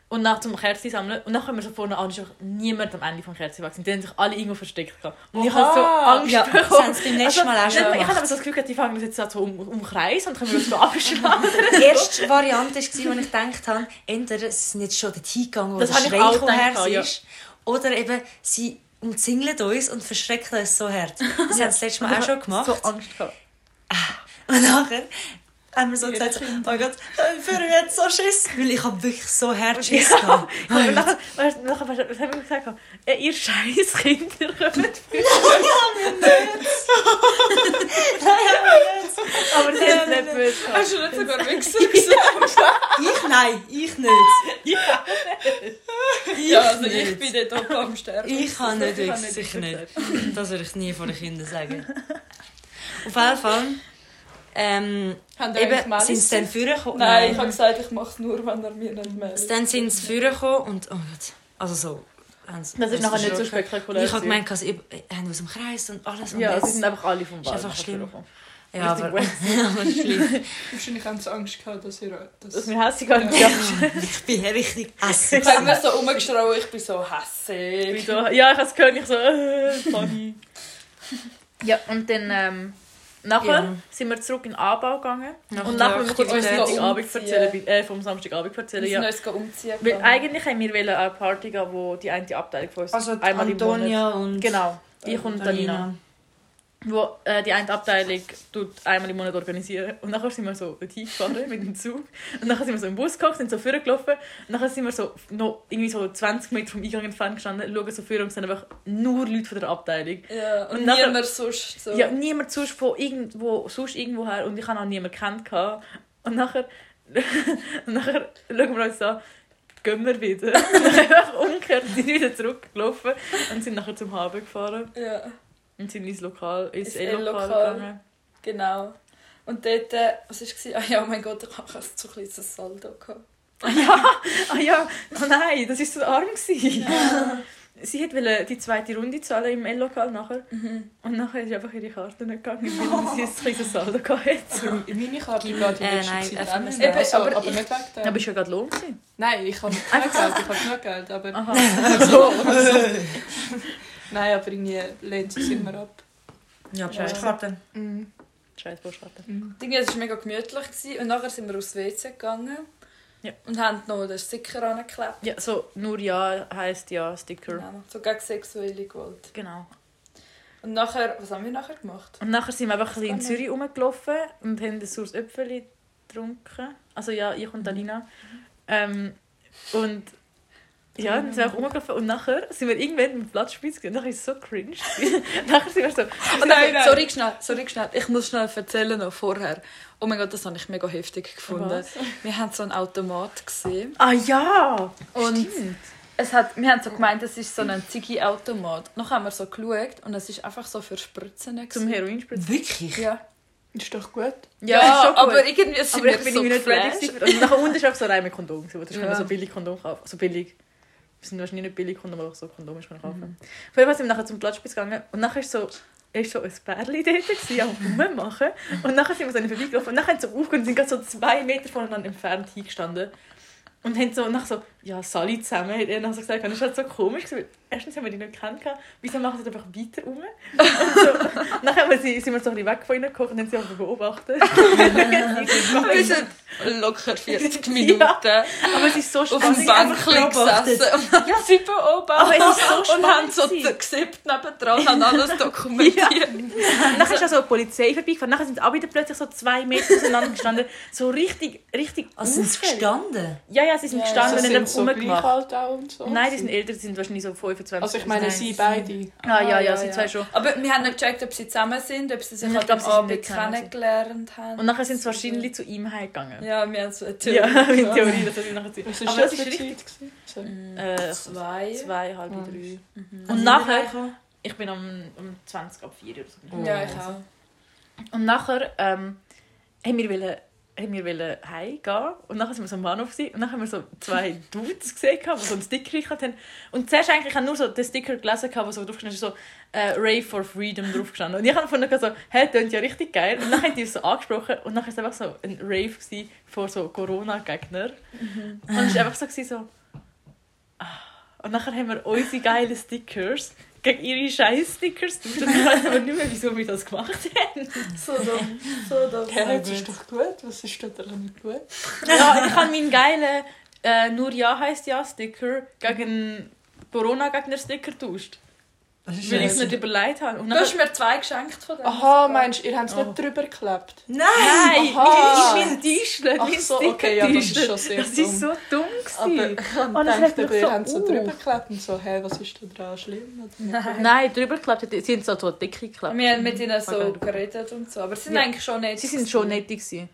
Speaker 3: Und nach dem Kerzen sammeln. Und dann kommen wir so vorne an, ist einfach niemand am Ende vom Kerzenweg. Und die haben sich alle irgendwo versteckt. gehabt. Und ich habe so
Speaker 4: Oha.
Speaker 3: Angst
Speaker 1: Ja, das
Speaker 3: bekommen.
Speaker 1: haben sie beim letzten Mal auch
Speaker 3: Also,
Speaker 1: schon
Speaker 3: ich habe
Speaker 1: gemacht.
Speaker 3: aber so das Gefühl, gehabt, die fangen uns jetzt so um, umkreisen und können wir uns so abschlagen.
Speaker 1: Die erste Variante war, wo ich gedacht habe, entweder sie sind jetzt schon dorthin gegangen, wo
Speaker 3: Das
Speaker 1: der
Speaker 3: habe ich
Speaker 1: Schrei
Speaker 3: auch
Speaker 1: her
Speaker 3: gedacht, ja.
Speaker 1: ist, oder eben sie umzingeln uns und verschrecken uns so hart. Das haben sie das letzte Mal auch schon gemacht. Ah.
Speaker 3: So Angst gehabt.
Speaker 1: Und nachher haben wir so gesagt, so, oh Gott, für mich jetzt so Schiss. Weil ich habe wirklich so hart Schiss gehabt.
Speaker 3: Und nachher, weißt, du, nachher, was haben wir gesagt? gehabt? Äh, Ihr scheiß Kinder kommt Aber das ist nicht böse. gehabt.
Speaker 2: Hast du nicht sogar Wichser gesagt?
Speaker 1: Ich nein, ich nicht. Ich
Speaker 2: ja, also ich
Speaker 1: nicht.
Speaker 2: bin dort oben am Sterben.
Speaker 1: Ich kann nicht,
Speaker 2: Ich
Speaker 1: ich
Speaker 2: kann nicht
Speaker 1: sicher nicht. Das würde ich nie vor den Kindern sagen. Auf jeden Fall ähm,
Speaker 4: Haben eigentlich
Speaker 1: eben,
Speaker 4: Mädels
Speaker 1: sind sie dann vorgekommen.
Speaker 2: Nein, ich
Speaker 1: Nein.
Speaker 2: habe gesagt, ich mache es nur, wenn er mir nicht meldet.
Speaker 1: Dann sind sie vorgekommen und oh Gott, also so. haben sie-
Speaker 3: Das ist nachher nicht so
Speaker 1: verschrocken.
Speaker 3: spektakulär.
Speaker 1: Ich habe
Speaker 3: gewesen.
Speaker 1: gemeint, dass sie haben aus dem Kreis und alles und
Speaker 3: ja,
Speaker 1: das.
Speaker 3: sie sind einfach alle vom Ball.
Speaker 1: einfach
Speaker 3: nachher
Speaker 1: schlimm.
Speaker 3: durchgekommen.
Speaker 1: ja,
Speaker 3: richtig
Speaker 1: aber, aber schlimm.
Speaker 4: Wahrscheinlich haben sie Angst gehabt, dass ihr
Speaker 3: Dass
Speaker 4: das...
Speaker 3: wir hässlich gar nicht
Speaker 1: Ich bin richtig hässlich.
Speaker 2: Ich habe mir so rumgeschraubt, ich bin so hässig.
Speaker 3: Ja, ich habe es gehört, ich so, äh, funny. ja, und dann, ähm, nachher
Speaker 1: Ja.
Speaker 3: sind wir zurück in den Anbau gegangen.
Speaker 1: Nach
Speaker 3: und
Speaker 1: der
Speaker 3: nachher müssen wir kurz vom Samstagabend
Speaker 1: Aktivität.
Speaker 2: Umziehen.
Speaker 3: erzählen, äh, vom Samstagabend
Speaker 2: Wir
Speaker 3: erzählen,
Speaker 2: müssen
Speaker 3: ja.
Speaker 2: uns gehen umziehen.
Speaker 3: Weil
Speaker 1: Genau.
Speaker 3: eigentlich haben wir wollen eine Party gehen, wo die eine Abteilung von uns
Speaker 1: Also Antonia und
Speaker 3: Genau, ich und Alina. Wo äh, die eine Abteilung tut einmal im Monat organisieren. Und nachher sind wir so dorthin gefahren mit dem Zug. Und nachher sind wir so im Bus gekommen, sind so vorgelaufen. Und nachher sind wir so noch irgendwie so 20 Meter vom Eingang entfernt gestanden, schauen so vor und sind einfach nur Leute von der Abteilung.
Speaker 2: Ja, und,
Speaker 3: Und nachher-
Speaker 2: niemand sonst so.
Speaker 3: Ja, niemand sonst von irgendwo, sonst irgendwo her. Und ich habe auch niemanden kennt. gehabt. Und nachher, und nachher schauen wir uns an, gehen wir wieder. Und dann haben wir einfach umgekehrt, sind wieder zurückgelaufen und sind nachher zum Hafen gefahren.
Speaker 2: ja,
Speaker 3: Und sind ins Lokal, ins
Speaker 2: Ins
Speaker 3: L-Lokal
Speaker 2: L-Lokal.
Speaker 3: gegangen.
Speaker 2: genau. Und dort, äh, was war es? Ah ja, oh mein Gott, ich habe zu kleines Saldo. Gehabt.
Speaker 3: Ah ja, oh nein, das war so arm. gewesen. Sie wollte die zweite Runde zahlen im L-Lokal nachher. Und nachher ist einfach ihre Karte nicht gegangen, weil sie ein kleines Saldo hatte.
Speaker 4: Also, meine Karte geht in letzter
Speaker 1: Äh, nein,
Speaker 4: Zeit
Speaker 1: einfach
Speaker 4: auch nicht
Speaker 1: nicht.
Speaker 4: mehr. Also,
Speaker 2: Eben,
Speaker 4: aber
Speaker 2: aber
Speaker 4: nicht wegen dem.
Speaker 3: Aber es war ja gerade Lohn. gewesen.
Speaker 4: Nein, ich habe kein Geld, ich habe genug Geld, aber...
Speaker 3: Aha.
Speaker 4: Nein, aber irgendwie lehnt sie es immer ab.
Speaker 1: Ja,
Speaker 2: Scheiße.
Speaker 1: Postkarte.
Speaker 3: Scheiß Postkarte.
Speaker 2: Irgendwie, es war mega gemütlich. Gewesen. Und nachher sind wir aufs WC gegangen.
Speaker 3: Ja.
Speaker 2: Und haben noch den Sticker angeklebt.
Speaker 3: Ja, so nur Ja heisst Ja, Sticker.
Speaker 2: Genau. So gegen sexuelle Gewalt.
Speaker 3: Genau.
Speaker 2: Und nachher, was haben wir nachher gemacht?
Speaker 3: Und nachher sind wir einfach ein bisschen in
Speaker 2: Spannend.
Speaker 3: Zürich rumgelaufen und haben ein saures Äpfel getrunken. Also ja, ich und Alina. Ähm, und ja, dann sind wir einfach rumgelaufen und nachher sind wir irgendwann mit Blattspitz gewesen. Nachher ist es so cringe. gewesen. nachher sind wir so...
Speaker 2: Oh
Speaker 4: Nein,
Speaker 2: nein,
Speaker 4: nein.
Speaker 2: Sorry, schnell, sorry, schnell. Ich muss schnell erzählen noch vorher. Oh mein Gott, das habe ich mega heftig gefunden.
Speaker 3: Was?
Speaker 2: Wir haben so einen Automat gesehen.
Speaker 3: Ah ja!
Speaker 2: Und
Speaker 3: Stimmt.
Speaker 2: es hat, wir haben so gemeint, es ist so ein Ziggy-Automat. Noch haben wir so geschaut und es ist einfach so für Spritzen.
Speaker 3: Zum
Speaker 2: gewesen.
Speaker 3: Heroinspritzen.
Speaker 1: Wirklich?
Speaker 2: Ja,
Speaker 4: Ist doch gut.
Speaker 2: ja,
Speaker 3: ist schon gut.
Speaker 2: aber irgendwie sind
Speaker 3: Aber ich
Speaker 2: wir
Speaker 3: bin
Speaker 2: so
Speaker 3: irgendwie nicht ready.
Speaker 2: geflasht.
Speaker 3: gewesen. Und nachher unten war auch so rein mit Kondom. gewesen, wo Du
Speaker 2: Ja.
Speaker 3: kannst so billig Kondom kaufen. So billig. Es sind wahrscheinlich nicht billig Kondom, aber so Kondom ist man kaufen.
Speaker 2: Mhm.
Speaker 3: Auf jeden Fall sind wir nachher zum Platzspitz gegangen und nachher ist so ist so ein Bärli dort gewesen, am rummachen. Und nachher sind wir so an ihnen vorbeigelaufen und nachher haben sie so aufgehört und sind gerade so zwei Meter voneinander entfernt hingestanden. Und haben so, nachher so, ja, Sally zusammen, hat er nachher so gesagt. Und das war halt so komisch, gewesen, weil erstens haben wir die nicht kennengelernt, wieso machen sie einfach weiter rum? Und so, nachher haben wir sie, sind wir so ein bisschen weg von ihnen gekocht und haben sie einfach beobachtet.
Speaker 2: Wir sind locker 40 Minuten
Speaker 3: Aber es ist so
Speaker 2: auf
Speaker 3: spannend.
Speaker 2: dem Bänkchen
Speaker 1: beobachtet.
Speaker 2: gesessen und haben sie
Speaker 3: Aber es
Speaker 2: beobachtet.
Speaker 3: ist so
Speaker 2: Und haben
Speaker 3: spannend.
Speaker 2: so
Speaker 3: gewesen.
Speaker 2: gesippt nebendran und haben alles dokumentiert.
Speaker 3: Und Nachher ist auch so die Polizei vorbeigefahren. Nachher sind auch wieder plötzlich so zwei Meter auseinander gestanden. So richtig, richtig
Speaker 1: Also sind sie
Speaker 3: auffällig.
Speaker 1: gestanden?
Speaker 3: Ja, ja, sie sind
Speaker 2: Ja,
Speaker 3: gestanden
Speaker 4: also
Speaker 3: und haben
Speaker 4: sind so gleich
Speaker 3: rumgemacht.
Speaker 4: alt auch und so?
Speaker 3: Nein, die sind älter, die sind wahrscheinlich so 25.
Speaker 4: Also ich meine,
Speaker 1: Nein,
Speaker 4: sie
Speaker 1: sie-
Speaker 4: beide.
Speaker 3: Ah, ja, ja, sie zwei schon.
Speaker 2: Aber wir haben nicht gecheckt, ob sie zusammen sind, ob sie sich
Speaker 3: Ich
Speaker 2: halt
Speaker 3: glaub,
Speaker 2: am
Speaker 3: sie sind
Speaker 2: Abend
Speaker 3: nicht zusammen.
Speaker 2: kennengelernt haben.
Speaker 3: Und nachher sind sie wahrscheinlich zu ihm heimgegangen.
Speaker 2: Ja, wir haben so eine Theorie.
Speaker 3: Ja, in
Speaker 2: gehabt. Mm,
Speaker 3: Theorie, das hat ich nachher gesehen.
Speaker 4: Was
Speaker 3: Aber
Speaker 4: war
Speaker 3: das
Speaker 4: das
Speaker 3: ist
Speaker 4: für
Speaker 3: richtig.
Speaker 4: Zeit? gewesen? So.
Speaker 3: Äh,
Speaker 2: Zwei.
Speaker 3: zwei, halb drei.
Speaker 1: Also
Speaker 3: Und nachher,
Speaker 1: nachher-
Speaker 3: ich bin am, am 20 ab 4 oder so.
Speaker 2: Ja, ich auch.
Speaker 3: Und nachher ähm, haben wir wollen haben wir wollen heimgehen und nachher sind wir so am Bahnhof gewesen. und dann haben wir so zwei Dudes gesehen gehabt, die so einen Sticker gekriegt haben und zuerst eigentlich ich habe nur so den Sticker gelesen gehabt, wo so draufgestanden ist so äh, Ray for Freedom draufgestanden und ich habe gefunden so hey das ja richtig geil und dann haben die es so angesprochen und dann ist es einfach so ein Rave gewesen vor so Corona Gegner und es ist einfach so gewesen, so ah. und nachher haben wir unsere geilen Stickers gegen ihre scheiß Stickers und ich weiß aber nicht mehr wieso wir das gemacht haben
Speaker 2: So dumm. So dumm.
Speaker 4: Ja, das ist doch gut. Was ist da daran nicht gut?
Speaker 3: ja, ich habe meinen geilen äh, «Nur Ja heisst Ja»-Sticker gegen einen Corona-Gegner-Sticker getauscht.
Speaker 1: Das ist
Speaker 3: Weil ich es nicht überlegt habe. Und
Speaker 2: Du hast mir zwei geschenkt von denen.
Speaker 4: Aha, meinst du, ihr habt es
Speaker 3: Oh.
Speaker 4: nicht drüber geklebt?
Speaker 1: Nein!
Speaker 3: Nein,
Speaker 4: Aha.
Speaker 3: ich bin Tischler,
Speaker 4: Ach
Speaker 3: mein
Speaker 4: so,
Speaker 3: Sticker
Speaker 4: okay, ja, das ist
Speaker 3: Tischler.
Speaker 4: schon sehr
Speaker 3: Das ist so dumm.
Speaker 4: Aber
Speaker 3: gewesen.
Speaker 4: ich habe
Speaker 3: Und es hat mich
Speaker 4: gedacht, aber
Speaker 3: so
Speaker 4: ihr habt es so
Speaker 3: auf.
Speaker 4: drüber geklebt und so, hey, was ist da dran schlimm? Oder nicht?
Speaker 3: Nein, drüber geklebt, sie sind so, so dick geklappt.
Speaker 2: Wir haben mit ihnen so
Speaker 3: Okay.
Speaker 2: geredet und so. Aber sie sind
Speaker 3: Ja.
Speaker 2: eigentlich schon nett.
Speaker 3: Sie sind schon nett gewesen.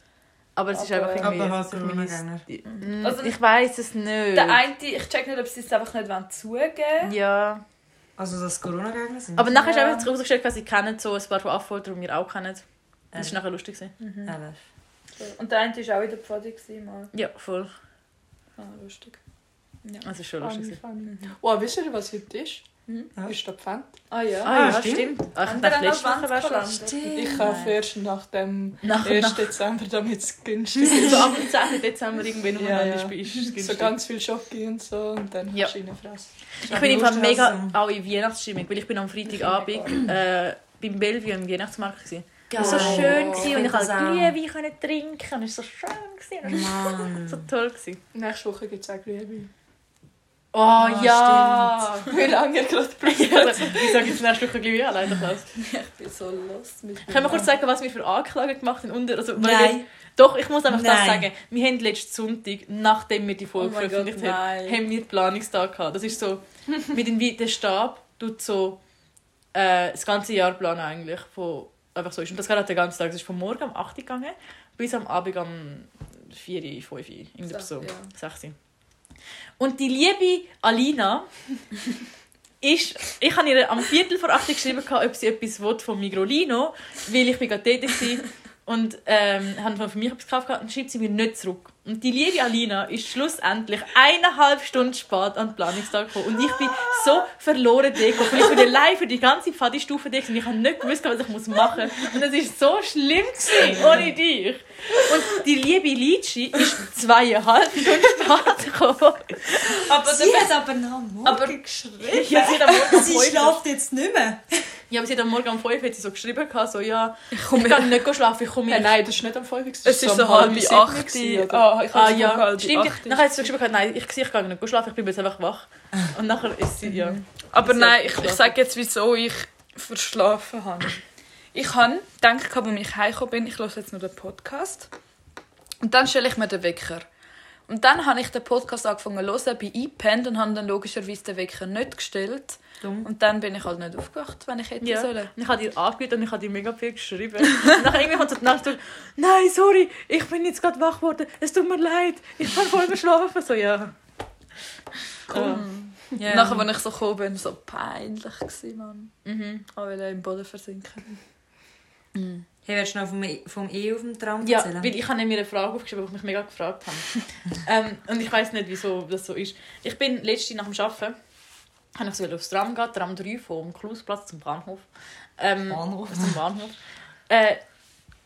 Speaker 3: Aber es ist
Speaker 2: Aber-
Speaker 3: einfach irgendwie...
Speaker 1: Aber halt
Speaker 3: meine-
Speaker 1: Corona-Gegner.
Speaker 3: Mm,
Speaker 2: Also-
Speaker 3: ich weiß es nicht.
Speaker 2: Der eine, ich check nicht, ob sie es einfach nicht wollen zugeben
Speaker 3: Ja.
Speaker 1: Also, dass Corona-Gegner sind?
Speaker 3: Aber nachher
Speaker 2: Ja.
Speaker 3: ist einfach herausgestellt, dass sie kennen so ein paar von Affolter, die wir auch kennen. Das
Speaker 1: Äh.
Speaker 3: war nachher lustig. gewesen.
Speaker 1: Nein,
Speaker 2: Mhm. Und der eine war auch in der Pfade. gewesen, Mal.
Speaker 3: Ja, voll.
Speaker 2: Ah, lustig.
Speaker 3: Es war schon lustig.
Speaker 4: Funny,
Speaker 3: gewesen.
Speaker 4: funny. Wow, wisst ihr, was heute ist?
Speaker 3: Hm?
Speaker 2: Mhm.
Speaker 1: Ja.
Speaker 4: Ist der Pfand.
Speaker 2: Ah ja.
Speaker 3: Ah,
Speaker 1: Ah,
Speaker 3: ja,
Speaker 1: stimmt.
Speaker 3: stimmt. Ah, Ich
Speaker 2: Und
Speaker 3: dachte,
Speaker 2: dann
Speaker 3: letzte Woche war
Speaker 2: Adventskalender.
Speaker 3: schon.
Speaker 4: Ich kaufe erst nach dem
Speaker 3: Hm, Nach,
Speaker 4: 1.
Speaker 3: nach,
Speaker 4: Dezember, damit es günstig
Speaker 3: so ab dem 10. Dezember irgendwie nur
Speaker 4: Ja,
Speaker 3: ja, ja.
Speaker 4: ja.
Speaker 3: ist es
Speaker 4: ist. So
Speaker 3: günstig.
Speaker 4: ganz viel Schoki und so und dann
Speaker 3: Ja.
Speaker 4: ja. Schienenfress.
Speaker 3: Ich bin einfach
Speaker 1: Lust,
Speaker 3: mega
Speaker 1: also.
Speaker 3: auch in Weihnachtsstimmung, weil ich bin am Freitagabend äh, beim Bellevue am Weihnachtsmarkt gewesen. Es war so
Speaker 1: Geil.
Speaker 3: schön gewesen und ich
Speaker 1: Ich Oh, das auch.
Speaker 3: konnte Glühwein können trinken und es war so schön gewesen. und es war So
Speaker 1: Mann.
Speaker 3: toll gewesen.
Speaker 4: Nächste Woche gibt es auch Glühwein.
Speaker 3: Oh,
Speaker 1: Ah,
Speaker 3: ja!
Speaker 4: Wie lange ihr gerade
Speaker 3: Also, Wieso gibt es nächste Woche Glühwein allein? Klaus?
Speaker 2: Ich bin so los mit
Speaker 3: Können wir kurz sagen, was wir für Anklagen gemacht haben? Unter, also, weil
Speaker 1: Nein.
Speaker 3: Wir, doch, ich muss einfach das
Speaker 1: Nein.
Speaker 3: sagen. Wir haben letzten Sonntag, nachdem wir die Folge
Speaker 2: Oh mein Gott,
Speaker 3: veröffentlicht haben,
Speaker 2: nein.
Speaker 3: haben wir Planungstag gehabt. Das ist so, mit dem weiten Stab tut so äh, das ganze Jahr planen eigentlich. Von, einfach so ist. Und das gerade den ganzen Tag. Es ist von morgen um 8 Uhr gegangen bis am Abend um 4 Uhr, 5 Uhr, irgendwie
Speaker 2: Sech-
Speaker 3: so.
Speaker 2: ja.
Speaker 3: 6 Uhr. Und die liebe Alina ist, ich habe ihr am Viertel vor 8 Uhr geschrieben, gehabt, ob sie etwas will von Migrolino weil ich bin gerade dort war und ähm, habe von mich etwas gekauft gehabt, und schreibt sie mir nicht zurück. Und die liebe Alina ist schlussendlich eineinhalb Stunden spät an den Planungstag gekommen und ich bin so verloren dort gekommen. Ich bin allein für die ganze Pfadistufe dort und ich habe nicht gewusst, was ich muss machen muss. Und es ist so schlimm gewesen, ohne dich. Und die liebe Litschi ist zweieinhalb Stunden spät gekommen.
Speaker 1: Aber sie hat aber noch am Morgen
Speaker 3: Aber-
Speaker 1: geschrieben.
Speaker 3: Ja, sie hat am Morgen um
Speaker 1: Sie
Speaker 3: fünf-
Speaker 1: schläft jetzt nicht mehr.
Speaker 3: Ja, aber sie hat am Morgen um 5 hat sie so geschrieben, gehabt, so, ja, ich, kann nicht schlafen, ich komme
Speaker 4: Hey,
Speaker 3: jetzt.
Speaker 4: nein, um das ist nicht am 5. Es
Speaker 2: Ah, ich
Speaker 3: Ah
Speaker 2: habe ja.
Speaker 3: ja,
Speaker 2: halb
Speaker 3: stimmt.
Speaker 2: acht.
Speaker 3: Nachher hat sie so geschrieben, gehabt, nein, ich, ich gehe nicht schlafen, ich bleibe jetzt einfach wach. Und nachher ist sie, ja.
Speaker 2: Aber
Speaker 3: Sie hat
Speaker 2: nein, ich, ich
Speaker 3: geschlafen.
Speaker 2: sage jetzt, wieso ich verschlafen habe. Ich habe gedacht, als ich heimgekommen bin, ich höre jetzt nur den Podcast. Und dann stelle ich mir den Wecker. Und dann habe ich den Podcast angefangen zu hören, bin eingepennt und habe dann logischerweise den Wecker nicht gestellt.
Speaker 1: Dumm.
Speaker 2: Und dann bin ich halt nicht aufgewacht, wenn ich hätte
Speaker 3: Ja.
Speaker 2: sollen.
Speaker 3: Und ich habe dir angerufen und ich habe dir mega viel geschrieben. Und nachher irgendwie kommt so die Nacht durch, nein, sorry, ich bin jetzt gerade wach geworden, es tut mir leid, ich kann voll schlafen. So, ja. Cool.
Speaker 2: Und Nachher, als ich so gekommen bin, war so peinlich, gewesen, Mann.
Speaker 3: Mhm.
Speaker 2: Ich wollte im Boden versinken.
Speaker 1: Hey, willst du noch vom, vom E auf dem Tram
Speaker 3: Ja,
Speaker 1: erzählen?
Speaker 3: weil ich habe mir eine Frage aufgeschrieben, die ich mich mega gefragt habe. ähm, und ich weiß nicht, wieso das so ist. Ich bin letzte nach dem Arbeiten, habe ich so aufs Tram gehen, Tram 3 vom Klausplatz zum Bahnhof. Ähm,
Speaker 1: Bahnhof.
Speaker 3: Zum Bahnhof. Äh,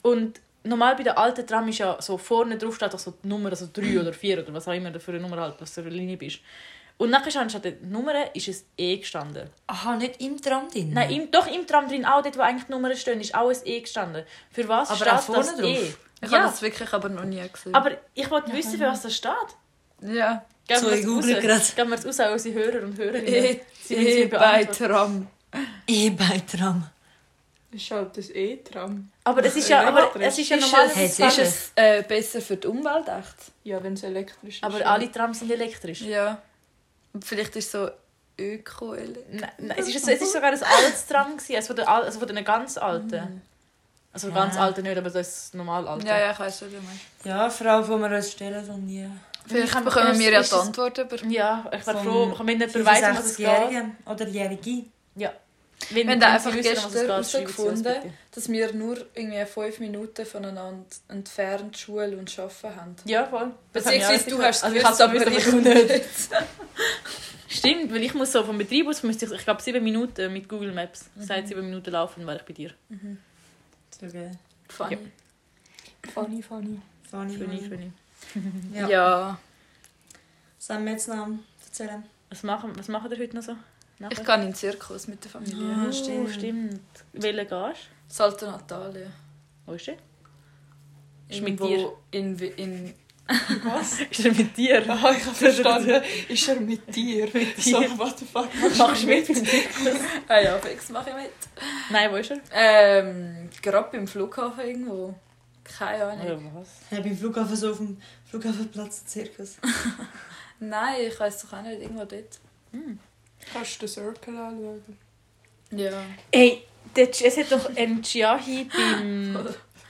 Speaker 3: und normal bei der alten Tram ist ja so vorne drauf steht doch so die Nummer, also 3 oder 4 oder was auch immer du für eine Nummer halt, was für eine Linie bist. Und nachher ist anstatt der Nummer ist es E gestanden.
Speaker 1: Aha, nicht im Tram drin?
Speaker 3: Nein, im, doch im Tram drin, auch dort, wo eigentlich die Nummern stehen, ist auch ein E gestanden. Für was
Speaker 1: Aber
Speaker 3: steht
Speaker 1: auch vorne
Speaker 3: das
Speaker 1: drauf?
Speaker 3: E?
Speaker 2: Ich
Speaker 3: Ja.
Speaker 2: habe das wirklich aber noch nie gesehen.
Speaker 3: Aber ich wollte wissen, für was das steht.
Speaker 2: ja.
Speaker 3: Geben
Speaker 1: So,
Speaker 3: wir es
Speaker 1: ich google
Speaker 3: raus.
Speaker 1: grad.
Speaker 3: Geben wir es raus an unsere Hörer und Hörerinnen.
Speaker 2: Eh,
Speaker 3: Sie müssen
Speaker 2: eh,
Speaker 3: mir beantworten.
Speaker 2: bei Tram.
Speaker 1: E bei Tram.
Speaker 4: ist halt das E-Tram.
Speaker 3: Aber es ist ja, aber
Speaker 4: Elektrisch.
Speaker 3: es ist ja
Speaker 2: Ist
Speaker 3: normal.
Speaker 1: Hey,
Speaker 2: es,
Speaker 1: es ist
Speaker 2: ist es äh, besser für die Umwelt, echt?
Speaker 4: Ja, wenn es elektrisch ist.
Speaker 3: Aber alle Trams sind elektrisch.
Speaker 2: Ja. Und Vielleicht ist es so öko
Speaker 3: Nein, nein, es, ist, es ist sogar ein altes Tram, gewesen, also von der, al- also von den ganz alten. Also ganz
Speaker 1: Ja.
Speaker 3: alten nicht, aber das ist normal alte.
Speaker 2: Ja, ja, ich weiß schon, wie du meinst.
Speaker 1: Ja, Frau, wo wir uns stellen und nie.
Speaker 2: Vielleicht
Speaker 3: kann-
Speaker 2: bekommen wir ja
Speaker 3: ist
Speaker 2: die
Speaker 3: es-
Speaker 2: Antwort über.
Speaker 3: Ja, ich wäre
Speaker 1: Vom
Speaker 3: froh, ich kann mir nicht beweisen, was um es geht.
Speaker 1: 65-Jährige oder Jährige.
Speaker 3: Ja. Wenn,
Speaker 2: haben
Speaker 3: wenn
Speaker 2: einfach
Speaker 3: Sie wissen, um was es geht,
Speaker 2: gestern
Speaker 3: schreiben Sie uns
Speaker 2: herausgefunden.
Speaker 3: bitte.
Speaker 2: Dass wir nur irgendwie fünf Minuten voneinander entfernt Schule und Arbeiten haben.
Speaker 3: Ja, voll. Das habe ich
Speaker 2: Beziehungsweise
Speaker 3: auch
Speaker 2: du hast es
Speaker 3: also ich
Speaker 2: gewusst,
Speaker 3: hab's
Speaker 2: aber
Speaker 3: gewusst,
Speaker 2: ich nicht.
Speaker 3: Stimmt, weil ich muss so vom Betrieb aus, muss ich, ich glaube, sieben Minuten mit Google Maps. Das heißt, sieben Minuten laufen, wäre ich bei dir.
Speaker 1: So geil.
Speaker 2: Funny.
Speaker 4: Funny, funny.
Speaker 1: Funny.
Speaker 3: Schöne, schöne.
Speaker 1: Ja.
Speaker 2: ja.
Speaker 1: Was haben wir jetzt noch am erzählen?
Speaker 3: Was machen, was machen ihr heute noch so? Nachher?
Speaker 2: Ich gehe in den Zirkus mit der Familie.
Speaker 1: Ah,
Speaker 3: Oh,
Speaker 1: stimmt.
Speaker 3: stimmt. stimmt. Welchen gehst du?
Speaker 2: Salto Natalia.
Speaker 3: Wo ist der? Ist mit
Speaker 2: Irgendwo
Speaker 3: dir?
Speaker 2: In, in,
Speaker 4: Was?
Speaker 3: Ist er mit dir?
Speaker 4: Ah, ich habe verstanden. Ist er mit dir? Mit So, what the fuck?
Speaker 3: Machst du mit?
Speaker 2: ah ja, fix mache ich mit.
Speaker 3: Nein, wo ist er?
Speaker 2: Ähm, gerade beim Flughafen irgendwo. Keine Ahnung.
Speaker 3: Oder was?
Speaker 1: Ich bin Flughafen so auf dem Flughafenplatz Zirkus.
Speaker 2: Nein, ich weiß doch auch nicht, irgendwo dort.
Speaker 4: Kannst du den Circle anschauen?
Speaker 3: Mhm.
Speaker 2: Ja.
Speaker 3: Ey, der, G- es hat doch einen Chiahi beim,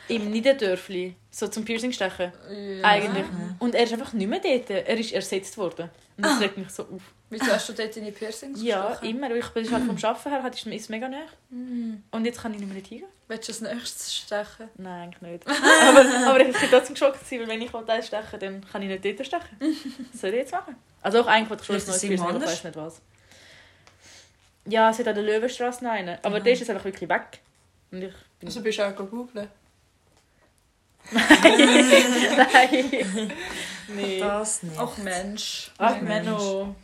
Speaker 3: im Niederdörfli, so zum Piercing stechen.
Speaker 2: ja.
Speaker 3: Eigentlich.
Speaker 1: Ja.
Speaker 3: Und er ist einfach nicht mehr dort. Er ist ersetzt worden. Und das regt mich so auf.
Speaker 2: Wieso hast du dort deine Piercings
Speaker 3: Ja,
Speaker 2: gestochen?
Speaker 3: immer. weil Ah. Ich bin halt vom Arbeiten her, halt, ist es mega nah.
Speaker 2: Hm.
Speaker 3: Und jetzt kann ich nicht mehr hingehen.
Speaker 2: Willst du das nächste stechen?
Speaker 3: Nein, eigentlich nicht. aber, aber ich bin trotzdem geschockt, gewesen, weil wenn ich da stechen dann kann ich nicht dort stechen. Was soll ich jetzt machen? Also auch eigentlich wollte ich schon
Speaker 1: Vielleicht
Speaker 3: ein neues
Speaker 1: ist es
Speaker 3: Piercing, aber ich
Speaker 1: irgendwo
Speaker 3: weiß nicht was. Ja, es hat an der Löwenstraße noch einen. Aber
Speaker 1: Mhm.
Speaker 3: der ist jetzt einfach wirklich weg. Und ich bin...
Speaker 4: Also bist du auch googeln?
Speaker 3: Nein.
Speaker 4: Ah,
Speaker 3: nee.
Speaker 1: Das nicht.
Speaker 2: Ach Mensch.
Speaker 3: Ach,
Speaker 1: Mensch.
Speaker 3: Menno.